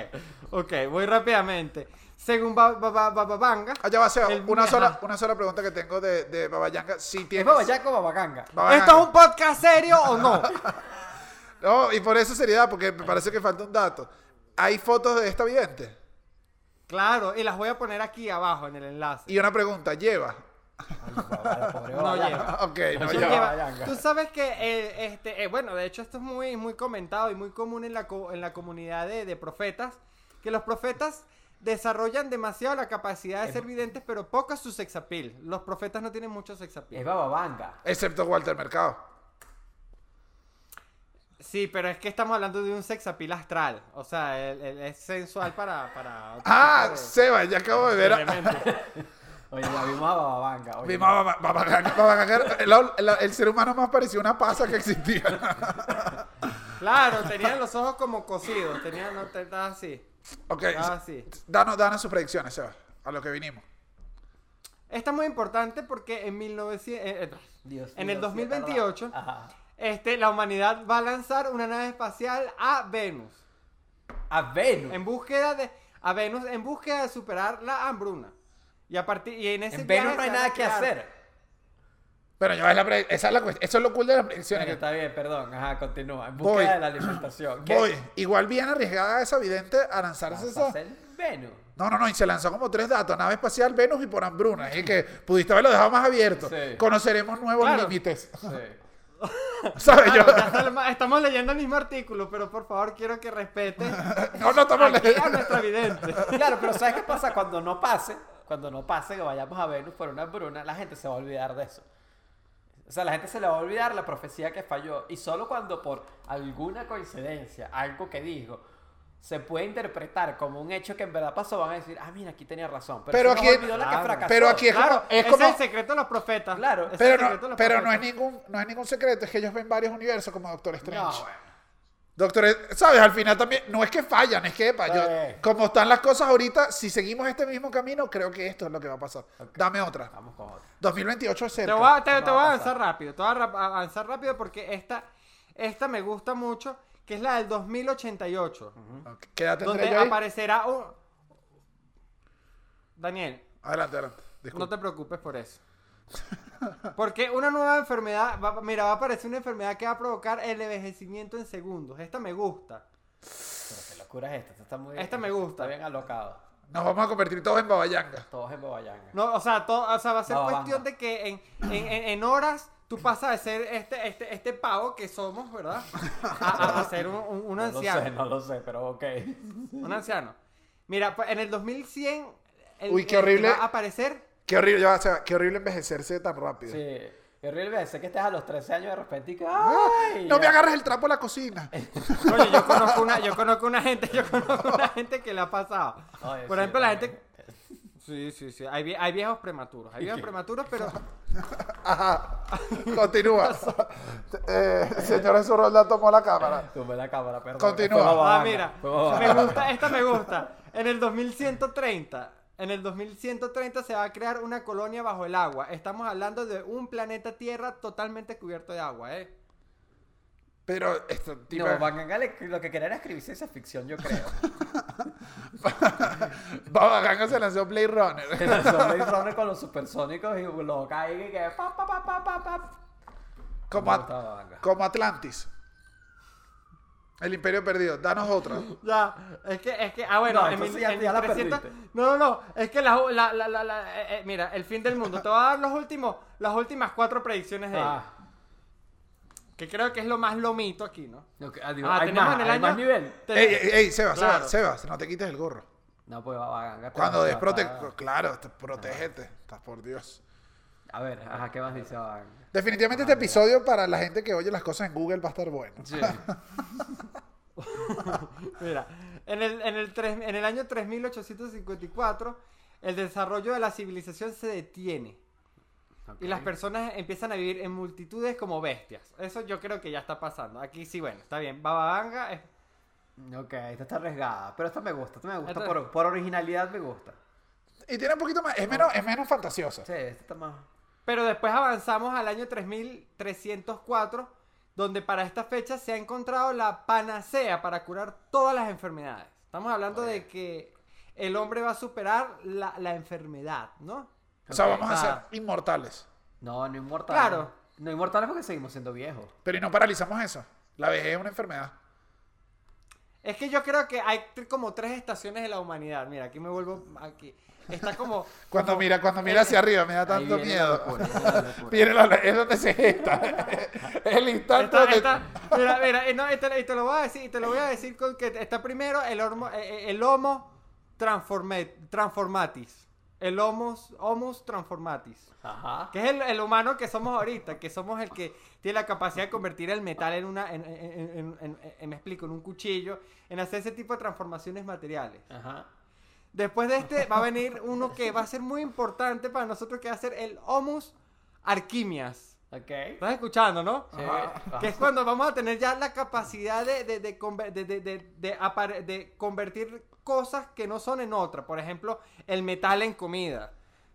Speaker 3: Ok, voy rápidamente. Según Ba- Ba- Ba- Ba- Babanga.
Speaker 1: Allá Ah, va, Seba.
Speaker 3: El-
Speaker 1: Una
Speaker 3: ajá.
Speaker 1: sola, una sola pregunta que tengo de, de Babayanga. Si
Speaker 2: ¿Es
Speaker 1: tienes...
Speaker 2: Babayaco o Babaganga?
Speaker 1: Babaganga.
Speaker 3: Eh, ¿Esto es un podcast serio o no?
Speaker 1: No, y por eso seriedad, porque me parece que falta un dato. ¿Hay fotos de esta vidente?
Speaker 3: Claro, y las voy a poner aquí abajo en el enlace.
Speaker 1: Y una pregunta, ¿lleva?
Speaker 2: Ay, Baba- la pobre
Speaker 3: No
Speaker 2: Babaganga.
Speaker 3: llega.
Speaker 1: ok, no
Speaker 2: Eso
Speaker 3: Tú
Speaker 1: lleva.
Speaker 3: llevas-
Speaker 2: Babaganga.
Speaker 3: Tú sabes que, eh, este, eh, bueno, de hecho esto es muy, muy comentado y muy común en la, co- en la comunidad de, de profetas, que los profetas desarrollan demasiado la capacidad de ser videntes, pero poca su sex appeal. Los profetas no tienen mucho sex
Speaker 2: Es
Speaker 3: appeal.
Speaker 2: Bababanga.
Speaker 1: Excepto Walter Mercado.
Speaker 3: Sí, pero es que estamos hablando de un sex appeal astral. O sea, el- el- es sensual para... para otro
Speaker 1: Ah,
Speaker 3: tipo de-
Speaker 1: Seba, ya acabo de ver. a-
Speaker 3: elemento.
Speaker 2: Oye, la vimos a Bababanga. oye.
Speaker 1: Mi mamá, mamá, mamá, mamá, el- el- el ser humano más parecía una pasa que existía.
Speaker 3: Claro, tenían los ojos como cosidos, tenían no, te- estaba así,
Speaker 1: Ok,
Speaker 3: estaba así.
Speaker 1: danos, danos sus predicciones, Seba, a lo que vinimos.
Speaker 3: Esta es muy importante porque en 1900, eh, eh,
Speaker 2: Dios
Speaker 3: en
Speaker 2: mío,
Speaker 3: el
Speaker 2: sí,
Speaker 3: 2028,
Speaker 2: está la- Ajá.
Speaker 3: este, la humanidad va a lanzar una nave espacial a Venus
Speaker 2: A Venus.
Speaker 3: en búsqueda de a Venus en búsqueda de superar la hambruna. Y a partir y en ese
Speaker 2: En
Speaker 3: viaje
Speaker 2: Venus no hay
Speaker 3: se van a
Speaker 2: nada que
Speaker 3: crear-
Speaker 2: hacer.
Speaker 1: Pero ya ves la pre- esa es la cuestión. Eso es lo cool de las predicciones.
Speaker 2: Bueno,
Speaker 1: que-
Speaker 2: está bien, perdón. Ajá, continúa. En
Speaker 1: Voy.
Speaker 2: búsqueda de la alimentación. ¿Qué?
Speaker 1: Voy. Igual bien arriesgada esa vidente a lanzarse
Speaker 2: ¿Vas
Speaker 1: esa.
Speaker 2: a hacer Venus.
Speaker 1: No, no, no, y se lanzó como tres datos, nave espacial, Venus y por hambruna. Así que pudiste haberlo dejado más abierto.
Speaker 2: Sí.
Speaker 1: Conoceremos nuevos
Speaker 3: Claro.
Speaker 1: límites.
Speaker 2: Sí.
Speaker 1: ¿Sabes? Yo...
Speaker 3: Claro, Ah, ya está el ma- estamos leyendo el mismo artículo, pero por favor quiero que respete
Speaker 1: No, no estamos
Speaker 3: aquí a
Speaker 1: leyendo.
Speaker 3: nuestra vidente.
Speaker 2: Claro, pero ¿sabes qué pasa? Cuando no pase, cuando no pase que vayamos a Venus por una bruna, la gente se va a olvidar de eso. O sea, la gente se le va a olvidar la profecía que falló. Y solo cuando por alguna coincidencia, algo que dijo, se puede interpretar como un hecho que en verdad pasó, van a decir, ah, mira, aquí tenía razón. Pero,
Speaker 1: Pero
Speaker 2: se nos
Speaker 1: aquí-
Speaker 2: olvidó la que
Speaker 1: Claro.
Speaker 2: fracasó.
Speaker 1: Pero aquí es como-
Speaker 3: Claro,
Speaker 1: es
Speaker 3: es,
Speaker 1: como-
Speaker 3: el secreto de los profetas.
Speaker 2: Claro.
Speaker 3: es el
Speaker 1: Pero,
Speaker 3: secreto de
Speaker 1: no,
Speaker 3: los
Speaker 1: pero no, es
Speaker 3: profetas.
Speaker 1: ningún, no es ningún secreto, es que ellos ven varios universos como Doctor Strange.
Speaker 2: No, bueno.
Speaker 1: Doctor, eh, ¿sabes? Al final también, no es que fallan, es que, epa, yo-
Speaker 2: Sí.
Speaker 1: como están las cosas ahorita, si seguimos este mismo camino, creo que esto es lo que va a pasar. Dame otra.
Speaker 2: Vamos con otra.
Speaker 1: 2028 es
Speaker 3: Te
Speaker 1: cerca.
Speaker 3: voy a, te-
Speaker 2: No va
Speaker 3: te voy a
Speaker 2: a
Speaker 3: avanzar
Speaker 2: pasar.
Speaker 3: rápido, te voy a ra- a avanzar rápido porque esta, esta me gusta mucho, que es la del 2088,
Speaker 1: Ok, ¿Qué edad tendré
Speaker 3: donde
Speaker 1: yo ahí?
Speaker 3: aparecerá un... Daniel,
Speaker 1: Adelante, adelante. Disculpa.
Speaker 3: no te preocupes por eso. Porque una nueva enfermedad, va- mira, va a aparecer una enfermedad que va a provocar el envejecimiento en segundos. Esta me gusta.
Speaker 2: Pero qué locura es esta. Esta, está muy,
Speaker 3: Esta me gusta.
Speaker 2: Está bien alocado.
Speaker 1: Nos vamos a convertir todos en babayanga.
Speaker 2: Todos en Bobayanga.
Speaker 3: No, o sea, todo, o sea, va a ser
Speaker 2: No,
Speaker 3: cuestión
Speaker 2: banda.
Speaker 3: de que en, en- en- en horas tú pasas de ser este, este, este pavo que somos, ¿verdad? A, a- a ser un, un- un
Speaker 2: No lo sé,
Speaker 3: anciano.
Speaker 2: no lo sé, pero ok.
Speaker 3: Un anciano. Mira, pues, en el 2100... el-
Speaker 1: Uy, qué
Speaker 3: el que
Speaker 1: horrible.
Speaker 3: Va a aparecer...
Speaker 1: Qué horrible, ya, o sea, qué horrible envejecerse tan rápido.
Speaker 2: Sí. Y horrible, sé que estás a los 13 años de repente y que. ¡Ay!
Speaker 1: Ah, No me
Speaker 2: Ya.
Speaker 1: agarres el trapo a la cocina.
Speaker 3: Coño, yo conozco una, yo conozco una gente, yo conozco una gente que le ha pasado.
Speaker 2: Oye,
Speaker 3: Por
Speaker 2: sí,
Speaker 3: ejemplo, la
Speaker 2: también.
Speaker 3: gente... Sí, sí, sí. Hay, vie- hay viejos prematuros. Hay viejos prematuros, pero...
Speaker 1: Ajá. Continúa. eh, señora Zurrolda tomó la cámara.
Speaker 2: Tumbé la cámara, perdón.
Speaker 1: Continúa.
Speaker 2: Fue
Speaker 3: Ah,
Speaker 2: Bababanga,
Speaker 3: mira.
Speaker 2: fue Bababanga.
Speaker 3: Me gusta, esta me gusta. En el 2130. En el 2130 se va a crear una colonia bajo el agua. Estamos hablando de un planeta Tierra totalmente cubierto de agua, ¿eh?
Speaker 1: Pero esto, tipo,
Speaker 2: No, Babaganga le- lo que quería era escribir ciencia ficción, yo creo.
Speaker 1: Babaganga se lanzó Blade Runner.
Speaker 2: Se lanzó Blade Runner con los supersónicos y lo caí y que. Pa, pa, pa, pa, pa, pa.
Speaker 1: Como,
Speaker 2: Me
Speaker 1: a-
Speaker 2: gusta Bababanga.
Speaker 1: como Atlantis. El Imperio Perdido. Danos otra.
Speaker 3: Ya, es que, es que, ah, bueno,
Speaker 2: No,
Speaker 3: en,
Speaker 2: entonces
Speaker 3: mil-
Speaker 2: ya-
Speaker 3: en
Speaker 2: ya la
Speaker 3: 1300
Speaker 2: perdiste.
Speaker 3: No, no, no, es que la, la, la, la- la- eh, eh, mira, el fin del mundo. Te voy a dar los últimos, las últimas cuatro predicciones de ella,
Speaker 2: Ah,
Speaker 3: que creo que es lo más lomito aquí, ¿no?
Speaker 2: ok, ah, digo,
Speaker 3: Ah,
Speaker 2: hay
Speaker 3: tenemos
Speaker 2: más,
Speaker 3: en el
Speaker 2: hay
Speaker 3: año-
Speaker 2: más nivel.
Speaker 1: Ey,
Speaker 3: Tenemos-
Speaker 1: ey, ey, Sebas,
Speaker 3: Claro.
Speaker 1: Sebas, Sebas, no te quites el gorro.
Speaker 2: No, pues Babaganga. te
Speaker 1: Cuando
Speaker 2: va-
Speaker 1: des prote-
Speaker 2: va- va-
Speaker 1: Claro, te- protégete.
Speaker 2: Ah.
Speaker 1: Estás por Dios.
Speaker 2: A ver, ajá, ¿qué más dice Babaganga?
Speaker 1: Definitivamente este episodio para la gente que oye las cosas en Google va a estar bueno.
Speaker 2: Sí.
Speaker 3: Mira, en el, en, el tres- en el año 3854, el desarrollo de la civilización se detiene y las personas empiezan a vivir en multitudes como bestias. Eso yo creo que ya está pasando. Aquí sí, bueno, está bien. Bababanga es...
Speaker 2: Ok, esta está arriesgada, pero esta me gusta, esta me gusta,
Speaker 3: Esta-
Speaker 2: por, por originalidad me gusta.
Speaker 1: Y tiene un poquito más, es menos, es menos fantasiosa.
Speaker 2: Sí, esta está más...
Speaker 3: Pero después avanzamos al año 3304, donde para esta fecha se ha encontrado la panacea para curar todas las enfermedades. Estamos hablando de que el hombre va a superar la, la enfermedad, ¿no?
Speaker 1: O sea,
Speaker 2: Ok,
Speaker 1: vamos a
Speaker 3: está.
Speaker 1: ser inmortales.
Speaker 2: No, no inmortales.
Speaker 3: Claro.
Speaker 2: No inmortales porque seguimos siendo viejos.
Speaker 1: Pero y no paralizamos eso. La vejez es una enfermedad.
Speaker 3: Es que yo creo que hay tr- como tres estaciones de la humanidad. Mira, aquí me vuelvo aquí. Está como
Speaker 1: Cuando mira, cuando mira hacia arriba, me da
Speaker 2: Ahí
Speaker 1: tanto
Speaker 2: viene la
Speaker 1: miedo.
Speaker 2: locura, viene la locura.
Speaker 1: Viene la- es donde se gesta. Es el instante
Speaker 3: Está-
Speaker 1: donde-
Speaker 3: está- mira, mira, eh, no, y, te, lo- y te lo voy a decir, y te lo voy a decir con que está primero el hormo, eh, eh, el homo transforme, transformatis. El homos, homus transformatis.
Speaker 2: Ajá.
Speaker 3: Que es el, el humano que somos ahorita, que somos el que tiene la capacidad de convertir el metal en una, en, en- en- en- en- en- me explico, en un cuchillo, en hacer ese tipo de transformaciones materiales.
Speaker 2: Ajá.
Speaker 3: Después de este va a venir uno que va a ser muy importante para nosotros, que va a ser el homus alquimias.
Speaker 2: Ok.
Speaker 3: ¿Estás escuchando, no?
Speaker 2: Sí. Ah.
Speaker 3: Ajá. Que es cuando vamos a tener ya la capacidad de, de, de, conver- de- de- de- de apare- de convertir cosas que no son en otra. Por ejemplo, el metal en comida.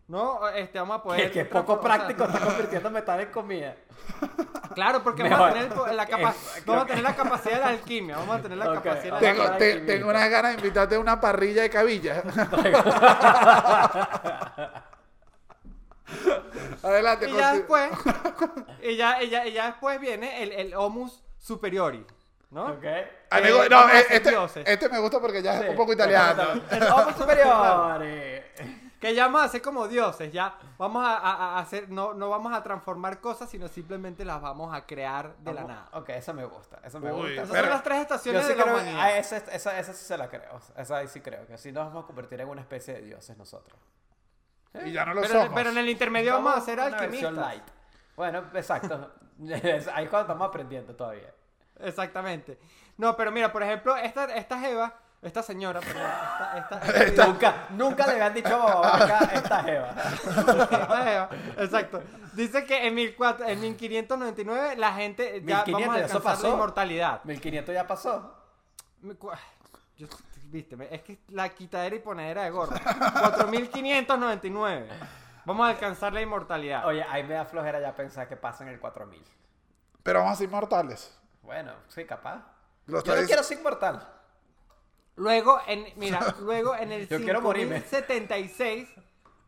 Speaker 3: ¿No? Este, vamos a poder...
Speaker 2: Que, que poco
Speaker 3: transformar-
Speaker 2: práctico está convirtiendo metal en comida.
Speaker 3: Claro, porque vamos a
Speaker 2: Mejor.
Speaker 3: tener, po- la, capa- vamos a tener la capacidad de la alquimia. Vamos a tener la
Speaker 2: Ok.
Speaker 3: capacidad de la
Speaker 1: Tengo,
Speaker 2: Ahora
Speaker 1: te-
Speaker 2: aquí,
Speaker 1: tengo
Speaker 2: mira.
Speaker 1: unas ganas de invitarte a una parrilla de cabilla. Adelante,
Speaker 3: Y ya
Speaker 1: conti-
Speaker 3: después... y, ya, y ya- y ya después viene el, el homus superiori. ¿No?
Speaker 2: Ok.
Speaker 1: Ay,
Speaker 3: eh,
Speaker 1: me gu- no,
Speaker 3: vamos a
Speaker 1: eh,
Speaker 3: ser dioses.
Speaker 1: este, este me gusta porque ya es
Speaker 2: Sí.
Speaker 1: un poco italiano.
Speaker 2: El homo superiore.
Speaker 3: Que ya vamos a ser como dioses, ya vamos a, a- a hacer, no, no vamos a transformar cosas, sino simplemente las vamos a crear de la nada.
Speaker 2: Ok, esa me gusta. Esa me
Speaker 1: Uy,
Speaker 2: gusta.
Speaker 3: Esas
Speaker 2: Esa-
Speaker 1: Pero-
Speaker 3: son las tres
Speaker 2: Yo
Speaker 3: estaciones
Speaker 2: sí
Speaker 3: de la
Speaker 2: creo,
Speaker 3: humanidad.
Speaker 2: a esa, esa, esa sí se la creo. Esa ahí sí creo. Que sí nos vamos a convertir en una especie de dioses nosotros.
Speaker 1: Y ya no lo
Speaker 3: Pero,
Speaker 1: somos.
Speaker 3: pero en el intermedio vamos, a ser
Speaker 2: una versión
Speaker 3: alquimistas.
Speaker 2: light. Bueno, exacto. ahí es cuando estamos aprendiendo todavía.
Speaker 3: Exactamente. No, pero mira, por ejemplo, esta, esta Jeva, esta señora, perdón, esta, esta-
Speaker 2: Nunca, nunca le habían dicho a Baba Vaca esta jeva.
Speaker 3: esta jeva, exacto. Dice que en, 1400 en 1599 la gente ya
Speaker 2: 1500,
Speaker 3: vamos a
Speaker 2: ¿eso
Speaker 3: alcanzar
Speaker 2: pasó?
Speaker 3: la inmortalidad.
Speaker 2: 1500 ya pasó.
Speaker 3: Me cu- Yo- viste, me- es que la quitadera y ponedera de gorro. 4599. Vamos a alcanzar la inmortalidad.
Speaker 2: Oye, ahí me da flojera ya pensar que pasa en el 4000.
Speaker 1: Pero vamos a ser inmortales.
Speaker 2: Bueno, sí, capaz.
Speaker 1: Lo está
Speaker 2: Yo no
Speaker 1: dic-
Speaker 2: quiero ser inmortal.
Speaker 3: Luego en mira, luego en el
Speaker 2: Yo quiero morirme.
Speaker 3: 5076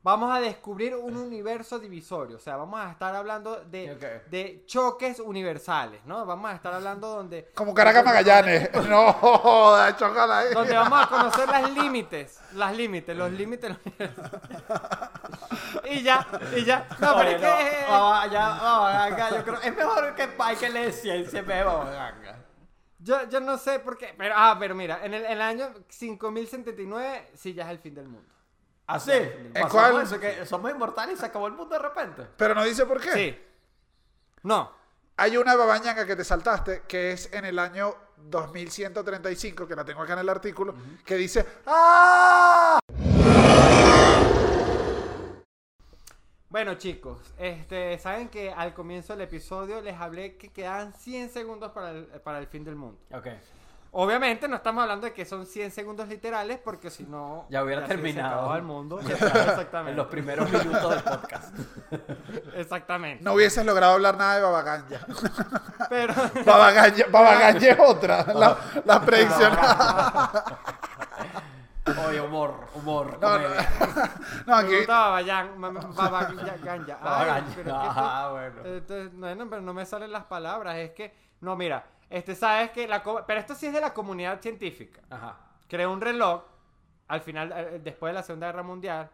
Speaker 3: vamos a descubrir un universo divisorio, o sea, vamos a estar hablando de,
Speaker 2: Ok.
Speaker 3: de choques universales, ¿no? Vamos a estar hablando donde
Speaker 1: Como Caracas Magallanes. No, joda, eh. chócala ahí.
Speaker 3: donde vamos a conocer las límites, las límites, los límites. del universo. y ya, y ya. No, pero
Speaker 2: Oye,
Speaker 3: es que
Speaker 2: no. Ah,
Speaker 3: eh,
Speaker 2: Baba- ya, Baba Vaca, yo creo. Es mejor que hay que leer ciencia en vez de Baba Vaca.
Speaker 3: Yo, yo no sé por qué, pero, ah, pero mira, en el, en el año 5079 sí ya es el fin del mundo.
Speaker 2: ¿Ah, sí? ¿Pasamos
Speaker 1: cuál?
Speaker 2: eso, que somos inmortales y se acabó el mundo de repente.
Speaker 1: Pero no dice por qué.
Speaker 3: Sí. No.
Speaker 1: Hay una babañanga que te saltaste, que es en el año 2135, que la tengo acá en el artículo, que dice, ¡Ah!
Speaker 3: Bueno, chicos, este, saben que al comienzo del episodio les hablé que quedaban 100 segundos para el, para el fin del mundo.
Speaker 2: Ok.
Speaker 3: Obviamente no estamos hablando de que son 100 segundos literales porque si no...
Speaker 2: Ya hubiera
Speaker 3: se hubiese
Speaker 2: terminado.
Speaker 3: acabado el mundo. Exactamente.
Speaker 2: En los primeros minutos del podcast.
Speaker 3: Exactamente.
Speaker 1: No hubieses logrado hablar nada de babaganja.
Speaker 3: Pero...
Speaker 1: babaganja,
Speaker 2: Ah.
Speaker 1: babaganja es otra. La, la predicción.
Speaker 2: Oye, humor, humor.
Speaker 1: No, no.
Speaker 2: comedia.
Speaker 1: No,
Speaker 3: Me
Speaker 1: aquí,
Speaker 3: gusta Babayán, ma- ma- Babayán, ya. Ay,
Speaker 2: Babayán.
Speaker 3: pero es que
Speaker 2: Ajá,
Speaker 3: tú-
Speaker 2: Ah, bueno.
Speaker 3: Entonces, no, no, pero no me salen las palabras, es que, no, mira, este, sabes que la, co- pero esto sí es de la comunidad científica.
Speaker 2: Ajá.
Speaker 3: Creó un reloj, al final, eh, después de la Segunda Guerra Mundial,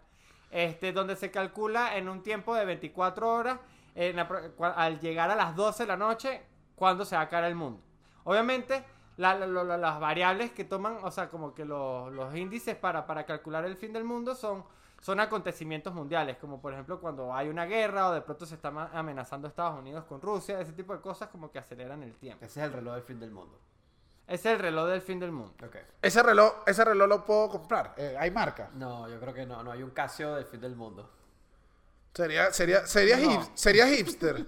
Speaker 3: este, donde se calcula en un tiempo de 24 horas, en apro- cua- al llegar a las 12 de la noche, cuándo se va a caer el mundo. Obviamente, la- la- la- la- las variables que toman, o sea, como que los, los índices para, para calcular el fin del mundo son, son acontecimientos mundiales, como por ejemplo cuando hay una guerra o de pronto se está ma- amenazando a Estados Unidos con Rusia, ese tipo de cosas como que aceleran el tiempo.
Speaker 2: Ese es el reloj del fin del mundo.
Speaker 3: Es el reloj del fin del mundo.
Speaker 2: Ok.
Speaker 1: ese reloj, ese reloj lo puedo comprar. Eh, hay marca.
Speaker 2: No, yo creo que no. No hay un Casio del fin del mundo.
Speaker 1: Sería, sería, sería,
Speaker 3: No.
Speaker 1: hip- sería hipster.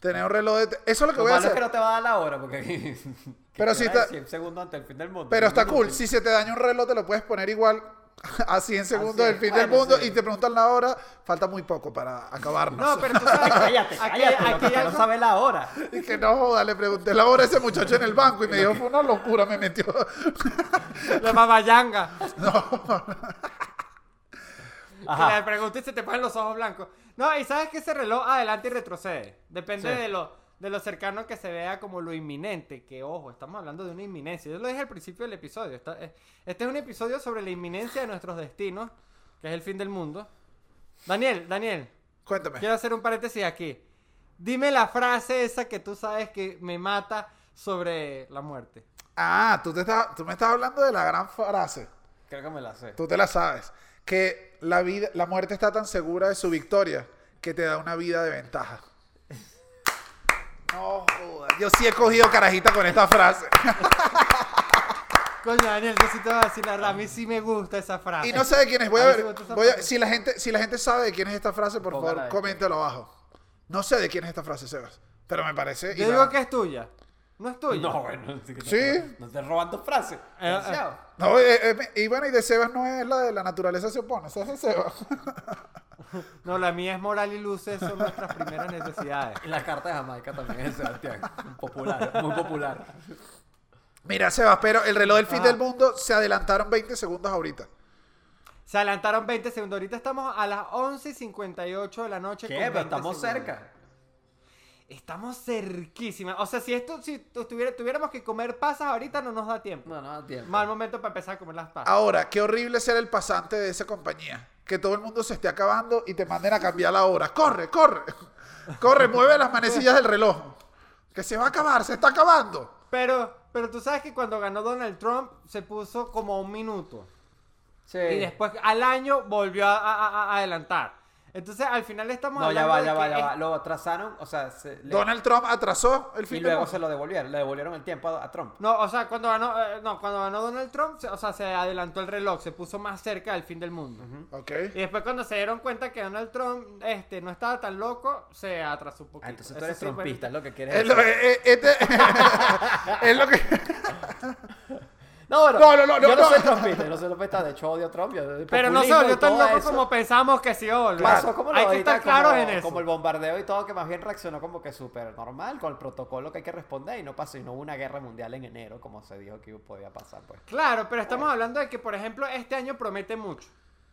Speaker 1: Tener un reloj de... te- Eso es lo que
Speaker 2: Lo
Speaker 1: voy a
Speaker 2: malo es
Speaker 1: hacer.
Speaker 2: que no te va a dar la hora porque.
Speaker 1: Pero si está-
Speaker 2: 100 segundos antes del fin del mundo.
Speaker 1: Pero
Speaker 2: Un
Speaker 1: está
Speaker 2: minuto.
Speaker 1: cool. Si se te daña un reloj, te lo puedes poner igual a 100 segundos
Speaker 2: Así
Speaker 1: del
Speaker 2: es,
Speaker 1: fin del
Speaker 2: bueno,
Speaker 1: mundo
Speaker 2: sí.
Speaker 1: y te preguntan la hora, falta muy poco para acabarnos.
Speaker 3: No, pero tú sabes,
Speaker 2: Cállate,
Speaker 3: aquí,
Speaker 2: cállate,
Speaker 3: aquí
Speaker 2: loco,
Speaker 3: hay
Speaker 2: que no
Speaker 3: algo-
Speaker 2: sabe la hora.
Speaker 1: Y que no joda, le pregunté la hora a ese muchacho en el banco y me dijo, fue una locura, me metió.
Speaker 3: la babayanga.
Speaker 2: Ajá.
Speaker 3: Que le pregunté y se te ponen los ojos blancos. No, y sabes que ese reloj adelante y retrocede. Depende
Speaker 2: Sí.
Speaker 3: de lo de lo cercano que se vea como lo inminente. Que ojo, estamos hablando de una inminencia. Yo lo dije al principio del episodio. Esta- eh, este es un episodio sobre la inminencia de nuestros destinos, que es el fin del mundo. Daniel, Daniel,
Speaker 1: Cuéntame.
Speaker 3: quiero hacer un paréntesis aquí. Dime la frase esa que tú sabes que me mata sobre la muerte.
Speaker 1: Ah, tú, te estás- tú me estás hablando de la gran frase.
Speaker 2: Creo que me la sé.
Speaker 1: Tú te la sabes. Que la, vida, la muerte está tan segura de su victoria que te da una vida de ventaja. No joda, Yo sí he cogido carajita con esta frase.
Speaker 3: Coño, Daniel, yo sí te voy a decir la verdad. A mí sí me gusta esa frase.
Speaker 1: Y no sé de quién es. Voy a
Speaker 3: Ahí se
Speaker 1: ver.
Speaker 3: botó esa
Speaker 1: voy a-
Speaker 3: frase.
Speaker 1: si, la gente, si la gente sabe de quién es esta frase, por
Speaker 2: Póngala
Speaker 1: favor,
Speaker 2: ahí.
Speaker 1: coméntalo abajo. No sé de quién es esta frase, Sebas. Pero me parece.
Speaker 3: Yo
Speaker 1: hilarante.
Speaker 3: digo que es tuya. No es tuya.
Speaker 2: No, bueno. Sí. que
Speaker 1: Sí.
Speaker 2: te- No te roban tus frases.
Speaker 3: Eh,
Speaker 2: Demasiado.
Speaker 1: No, eh, eh, y bueno, y de Sebas no es la de la naturaleza se opone, esa es de Sebas.
Speaker 3: No, la mía es moral y luces, son nuestras primeras necesidades.
Speaker 2: Y la carta de Jamaica también es de Sebastián. Popular, muy popular.
Speaker 1: Mira, Sebas, pero el reloj del fin
Speaker 3: Ajá.
Speaker 1: del mundo se adelantaron 20 segundos ahorita.
Speaker 3: Se adelantaron 20 segundos. Ahorita estamos a las 11 y 58 de la noche.
Speaker 2: ¿Qué?
Speaker 3: con
Speaker 2: Pero
Speaker 3: 20
Speaker 2: estamos
Speaker 3: segundos.
Speaker 2: cerca.
Speaker 3: Estamos cerquísimas. O sea, si esto, si tu- tuviera- tuviéramos que comer pasas ahorita, no nos da tiempo.
Speaker 2: No, no, da tiempo.
Speaker 3: Mal momento para empezar a comer las pasas.
Speaker 1: Ahora, qué horrible ser el pasante de esa compañía. Que todo el mundo se esté acabando y te manden a cambiar la hora. ¡Corre, corre! ¡Corre, mueve las manecillas del reloj! Que se va a acabar, se está acabando.
Speaker 3: Pero, pero tú sabes que cuando ganó Donald Trump se puso como a un minuto.
Speaker 2: Sí.
Speaker 3: Y después al año volvió a, a- a- a adelantar. Entonces al final estamos
Speaker 2: No, ya
Speaker 3: hablando
Speaker 2: va,
Speaker 3: de
Speaker 2: ya va,
Speaker 3: que
Speaker 2: ya
Speaker 3: es-
Speaker 2: va. Lo atrasaron, o sea, se- le-
Speaker 1: Donald Trump atrasó el fin
Speaker 2: y
Speaker 1: del
Speaker 2: luego
Speaker 1: mundo.
Speaker 2: se lo devolvieron. Le devolvieron el tiempo a, a Trump.
Speaker 3: No, o sea, cuando ganó, eh, no, cuando ganó Donald Trump, se- o sea, se adelantó el reloj, se puso más cerca del fin del mundo.
Speaker 1: Ok.
Speaker 3: Y después cuando se dieron cuenta que Donald Trump este, no estaba tan loco, se atrasó un poquito.
Speaker 2: Ah, entonces tú
Speaker 3: Eso
Speaker 2: eres
Speaker 3: sí, bueno,
Speaker 2: trompista, es lo que quieres
Speaker 1: Es lo,
Speaker 2: decir.
Speaker 1: eh, eh, este- es lo que...
Speaker 2: No, bueno,
Speaker 1: No, no, no,
Speaker 2: yo
Speaker 1: no,
Speaker 2: no,
Speaker 1: no.
Speaker 2: soy trompista, yo no soy trompista, de hecho odio a Trump. yo- el
Speaker 3: Pero no se
Speaker 2: populismo y
Speaker 3: volvió tan
Speaker 2: todo
Speaker 3: loco
Speaker 2: eso.
Speaker 3: como pensamos que sí volvió.
Speaker 2: Pasó como lo
Speaker 3: Hay que
Speaker 2: ahorita,
Speaker 3: estar claros
Speaker 2: como,
Speaker 3: en eso.
Speaker 2: Como el bombardeo y todo, que más bien reaccionó como que súper normal, con el protocolo que hay que responder y no pasó. Y no hubo una guerra mundial en enero, como se dijo que podía pasar, pues.
Speaker 3: Claro, pero estamos hablando de que, por ejemplo, este año promete mucho.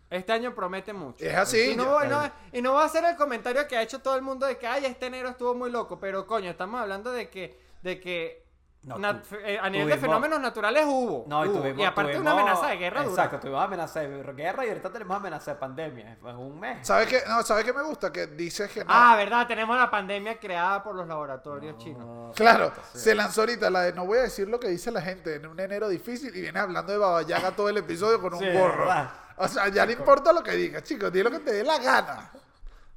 Speaker 3: Este año promete mucho.
Speaker 1: Es así.
Speaker 3: Y no, voy- no- y no va a ser el comentario que ha hecho todo el mundo de que, ay, este enero estuvo muy loco. Pero, coño, estamos hablando de que, de que
Speaker 2: No,
Speaker 3: nat-
Speaker 2: tú-
Speaker 3: eh, a nivel de
Speaker 2: tuvimos-
Speaker 3: fenómenos naturales hubo.
Speaker 2: No, y
Speaker 3: hubo.
Speaker 2: tuvimos.
Speaker 3: Y aparte
Speaker 2: tuvimos-
Speaker 3: una amenaza de guerra dura.
Speaker 2: Exacto, tuvimos amenaza de guerra y ahorita tenemos amenaza de pandemia. Es un mes.
Speaker 1: ¿Sabes qué? No, ¿sabes qué me gusta? Que dices que no.
Speaker 3: Ah, verdad, tenemos la pandemia creada por los laboratorios chinos.
Speaker 2: No.
Speaker 1: Claro, se lanzó ahorita la de no voy a decir lo que dice la gente en un enero difícil y viene hablando de Babayaga todo el episodio con un
Speaker 2: Sí,
Speaker 1: gorro.
Speaker 2: verdad.
Speaker 1: O sea, ya no importa lo que digas, chicos, di lo que te dé la gana.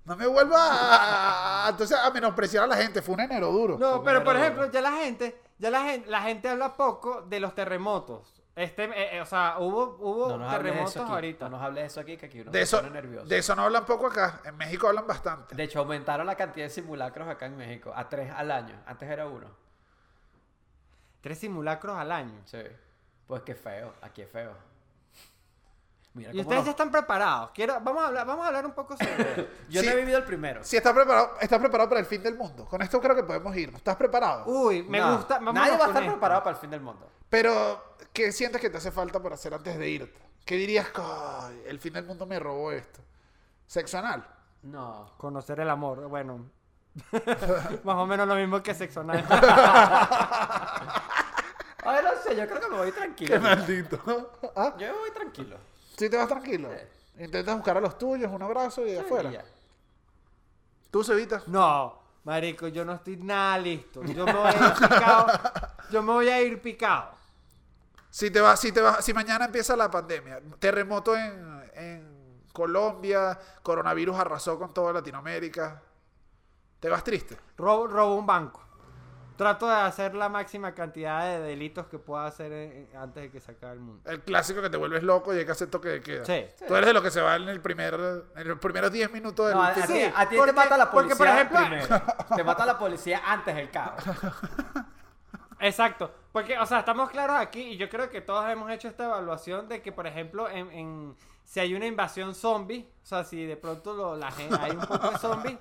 Speaker 1: No me vuelva a, a- entonces a menospreciar a la gente, fue un enero duro.
Speaker 3: No,
Speaker 2: Fue
Speaker 3: pero
Speaker 2: enero
Speaker 3: por
Speaker 2: duro.
Speaker 3: ejemplo, ya la gente, ya la gente, la gente habla poco de los terremotos. Este, eh, eh, o sea, hubo, hubo
Speaker 2: No nos hables de
Speaker 3: terremotos
Speaker 2: eso aquí.
Speaker 3: ahorita.
Speaker 2: No nos hables de eso aquí, que aquí uno
Speaker 1: de
Speaker 2: se
Speaker 1: eso
Speaker 2: pone nervioso.
Speaker 1: de eso no hablan poco acá, en México hablan bastante.
Speaker 2: De hecho, aumentaron la cantidad de simulacros acá en México a tres al año. Antes era uno.
Speaker 3: Tres simulacros al año.
Speaker 2: Sí. Pues qué feo. Aquí es feo. Mira
Speaker 3: Y
Speaker 2: cómo
Speaker 3: ustedes
Speaker 2: nos-
Speaker 3: ya están preparados. Quiero, vamos a hablar, vamos a hablar un poco sobre.
Speaker 2: Yo
Speaker 1: Sí.
Speaker 2: no he vivido el primero.
Speaker 1: Si estás preparado, estás preparado para el fin del mundo. Con esto creo que podemos irnos. ¿Estás preparado?
Speaker 2: Uh.
Speaker 3: Uy, me
Speaker 2: No.
Speaker 3: gusta. vámonos
Speaker 2: Nadie va a
Speaker 3: con
Speaker 2: estar
Speaker 3: esto.
Speaker 2: preparado para el fin del mundo.
Speaker 1: Pero ¿qué sientes que te hace falta por hacer antes de irte? ¿Qué dirías? "Ay, el fin del mundo me robó esto. Sexo anal.
Speaker 2: No.
Speaker 3: Conocer el amor, bueno. Más o menos lo mismo que sexo anal.
Speaker 2: A ver, no sé, yo creo que me voy tranquilo.
Speaker 1: Qué maldito. ¿Ah?
Speaker 2: Yo me voy tranquilo.
Speaker 1: ¿Sí te vas tranquilo? Intentas buscar a los tuyos, un abrazo y afuera.
Speaker 2: Y ya.
Speaker 1: Tú, Cevita.
Speaker 3: No, marico, yo no estoy nada listo. Yo me voy a ir picado. Yo me voy a ir picado.
Speaker 1: Si te vas, si te vas, si mañana empieza la pandemia, terremoto en, en Colombia, coronavirus arrasó con toda Latinoamérica. ¿Te vas triste?
Speaker 3: Robo, robo un banco. Trato de hacer la máxima cantidad de delitos que pueda hacer eh, antes de que se acabe el mundo.
Speaker 1: El clásico que te vuelves loco y hay que hacer toque de queda.
Speaker 3: Sí.
Speaker 1: Tú eres de los que se va en el primer, en los primeros 10 minutos del
Speaker 2: No, a, a
Speaker 1: fin-
Speaker 2: ti-
Speaker 3: Sí,
Speaker 2: a ti
Speaker 3: porque-
Speaker 2: te mata la
Speaker 3: porque,
Speaker 2: policía
Speaker 3: por ejemplo-
Speaker 2: primero. Te mata la policía antes del caos.
Speaker 3: Exacto. Porque, o sea, estamos claros aquí y yo creo que todos hemos hecho esta evaluación de que, por ejemplo, en, en- si hay una invasión zombie, o sea, si de pronto lo- la gente, hay un poco de zombies,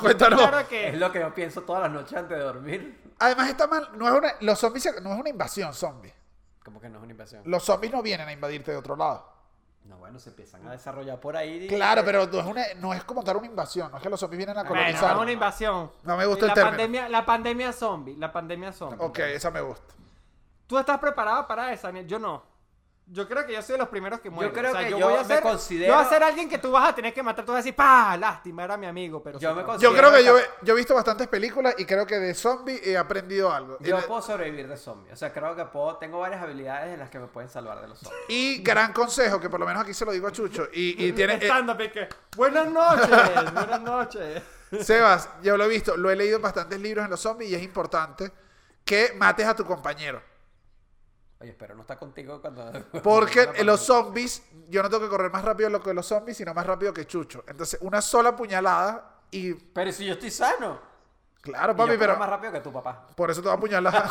Speaker 1: Cuéntanos.
Speaker 3: claro
Speaker 2: Es
Speaker 3: que...
Speaker 2: lo que yo pienso todas las noches antes de dormir.
Speaker 1: Además está mal, no es una, los zombies se- no es una invasión zombie.
Speaker 2: Como que no es una invasión.
Speaker 1: Los zombies no vienen a invadirte de otro lado.
Speaker 2: No, bueno, se empiezan a desarrollar por ahí.
Speaker 1: Claro, pero no es, una- no es como tal una invasión, no es que los zombies vienen a
Speaker 3: Bueno,
Speaker 1: colonizar.
Speaker 3: es una invasión.
Speaker 1: No me gusta
Speaker 3: la
Speaker 1: el término.
Speaker 3: Pandemia, la pandemia zombie, la pandemia zombie.
Speaker 1: Ok, esa me gusta.
Speaker 3: ¿Tú estás preparado para eso, Daniel? Yo no. Yo creo que yo soy de los primeros que muero.
Speaker 2: creo
Speaker 3: O sea,
Speaker 2: que
Speaker 3: yo,
Speaker 2: yo
Speaker 3: voy a
Speaker 2: me
Speaker 3: ser,
Speaker 2: considero-
Speaker 3: yo voy a ser alguien que tú vas a tener que matar. Tú vas a decir, ¡pah! Lástima, era mi amigo, pero...
Speaker 2: Yo
Speaker 3: se
Speaker 2: me
Speaker 3: acabó".
Speaker 1: Yo
Speaker 2: Sí,
Speaker 1: creo que
Speaker 2: es
Speaker 1: yo,
Speaker 2: verdad.
Speaker 1: he- yo he visto bastantes películas y creo que de zombie he aprendido algo. Y,
Speaker 2: Yo
Speaker 1: le-
Speaker 2: puedo sobrevivir de zombies. O sea, creo que puedo, tengo varias habilidades en las que me pueden salvar de los zombies.
Speaker 1: y gran consejo, que por lo menos aquí se lo digo a Chucho. Y, y tiene, eh,
Speaker 3: Stand-up y que, Buenas noches, buenas noches.
Speaker 1: Sebas, yo lo he visto, lo he leído en bastantes libros en los zombies y es importante que mates a tu compañero.
Speaker 2: Oye, espero no está contigo cuando.
Speaker 1: Porque
Speaker 2: cuando-
Speaker 1: en los zombies, yo no tengo que correr más rápido lo que los zombies, sino más rápido que Chucho. Entonces, una sola puñalada y.
Speaker 2: Pero si yo estoy sano.
Speaker 1: Claro,
Speaker 2: Papi,
Speaker 1: papi,
Speaker 2: yo pero. más
Speaker 1: pero.
Speaker 2: rápido que tu papá.
Speaker 1: Por eso te va a apuñalar.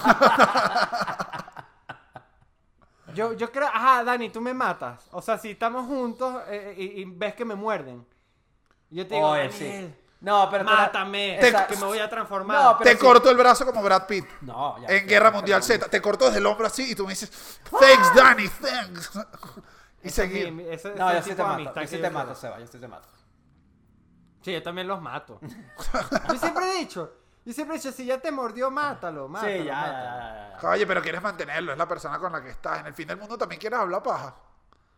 Speaker 3: Yo, yo creo... Ajá, Dani, tú me matas. O sea, si estamos juntos eh, y, y ves que me muerden. Yo te digo,
Speaker 2: Oye,
Speaker 3: Daniel,
Speaker 2: sí. No, pero. tú la- Eh,
Speaker 3: mátame,
Speaker 1: Te-
Speaker 2: Esa-
Speaker 3: que me voy a transformar.
Speaker 2: No, pero
Speaker 1: te
Speaker 2: sí.
Speaker 1: corto el brazo como Brad Pitt.
Speaker 2: No, ya.
Speaker 1: en Guerra Mundial Z. Te corto desde el hombro así y tú me dices, thanks, Danny, thanks. y
Speaker 3: Ese es
Speaker 1: seguir.
Speaker 3: mi- ese- ese
Speaker 2: No,
Speaker 3: es
Speaker 2: yo
Speaker 3: el
Speaker 2: sí
Speaker 3: tipo de
Speaker 2: te mato.
Speaker 3: amistad
Speaker 2: Yo
Speaker 3: que
Speaker 2: sí
Speaker 3: yo
Speaker 2: te
Speaker 3: quiero.
Speaker 2: mato, Seba. Yo sí te mato.
Speaker 3: Sí, yo también los mato. yo siempre he dicho, yo siempre he dicho, si ya te mordió, mátalo, mátalo.
Speaker 2: sí, ya, ya,
Speaker 3: mátalo.
Speaker 2: ya, ya, ya.
Speaker 1: Oye, pero quieres mantenerlo, es la persona con la que estás. En el fin del mundo también quieres hablar paja.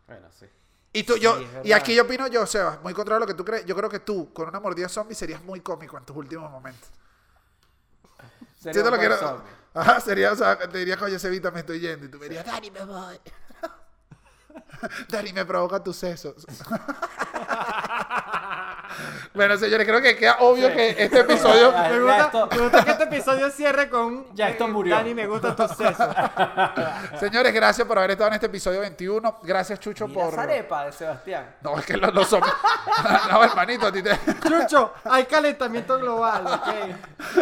Speaker 2: Bueno, sí.
Speaker 1: Y tú, yo,
Speaker 3: Sí, es
Speaker 1: y
Speaker 3: verdad.
Speaker 1: aquí yo opino yo, Sebas, muy contrario a lo que tú crees. Yo creo que tú, con una mordida zombie, serías muy cómico en tus últimos momentos.
Speaker 2: Sería
Speaker 1: Si te
Speaker 2: un
Speaker 1: lo
Speaker 2: buen
Speaker 1: quiero.
Speaker 2: zombie.
Speaker 1: Ajá, sería, o sea, te diría, oye, Sebita, me estoy yendo. Y tú me dirías, Dani, me voy. Dani, me provoca tus sesos. bueno, señores, creo que queda obvio
Speaker 2: Sí.
Speaker 1: que este episodio.
Speaker 2: Ya, ya,
Speaker 3: Me gusta,
Speaker 2: esto-
Speaker 3: me gusta que este episodio cierre con un eh,
Speaker 2: Ya, esto murió.
Speaker 3: Dani, me gusta tu seso.
Speaker 1: Señores, gracias por haber estado en este episodio 21. Gracias, Chucho,
Speaker 2: Mira
Speaker 1: por.
Speaker 2: esa arepa de Sebastián.
Speaker 1: No, es que los, los zombies. no, hermanito, a ti te.
Speaker 3: Chucho, hay calentamiento global, ok.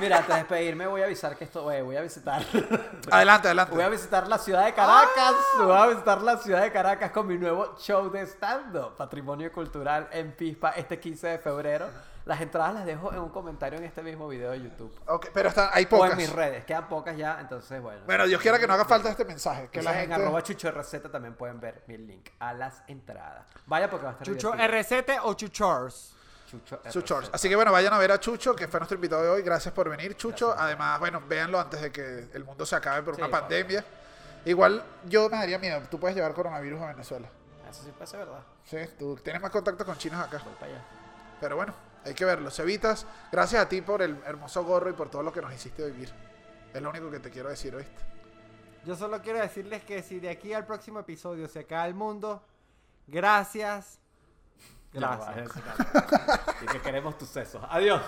Speaker 2: Mira, antes de despedirme voy a avisar que esto, eh, voy a visitar.
Speaker 1: Adelante, adelante.
Speaker 2: Voy a visitar la ciudad de Caracas.
Speaker 1: Ah.
Speaker 2: Voy a visitar la ciudad de Caracas con mi nuevo show de stand-up, Patrimonio Cultural en Pispa, este 15 de febrero. Las entradas las dejo en un comentario en este mismo video de YouTube.
Speaker 1: Ok, pero están, hay
Speaker 2: O en
Speaker 1: pocas.
Speaker 2: mis redes, quedan pocas ya, entonces bueno.
Speaker 1: Bueno, Dios quiera que no haga falta este mensaje. Que la
Speaker 2: Entonces,
Speaker 1: gente.
Speaker 2: En arroba chucho receta también pueden ver mi link a las entradas. Vaya porque va a estar
Speaker 3: Chucho
Speaker 2: divertido.
Speaker 3: RCT o Chuchors.
Speaker 2: Chucho
Speaker 1: Su shorts.
Speaker 2: RZ.
Speaker 1: Así que bueno, vayan a ver a Chucho, que fue nuestro invitado de hoy. Gracias por venir, Chucho. Además, bueno, véanlo antes de que el mundo se acabe por
Speaker 2: Sí,
Speaker 1: una
Speaker 2: por
Speaker 1: pandemia. Igual yo me daría miedo. Tú puedes llevar coronavirus a Venezuela.
Speaker 2: Eso sí pasa, ¿verdad?
Speaker 1: Sí, tú tienes más contacto con chinos acá.
Speaker 2: Voy para allá.
Speaker 1: Pero bueno, hay que verlo. Cevitas, gracias a ti por el hermoso gorro y por todo lo que nos hiciste vivir. Es lo único que te quiero decir, ¿oíste?
Speaker 3: Yo solo quiero decirles que si de aquí al próximo episodio se acaba el mundo, gracias. Gracias.
Speaker 2: Y que queremos tus sesos. Adiós.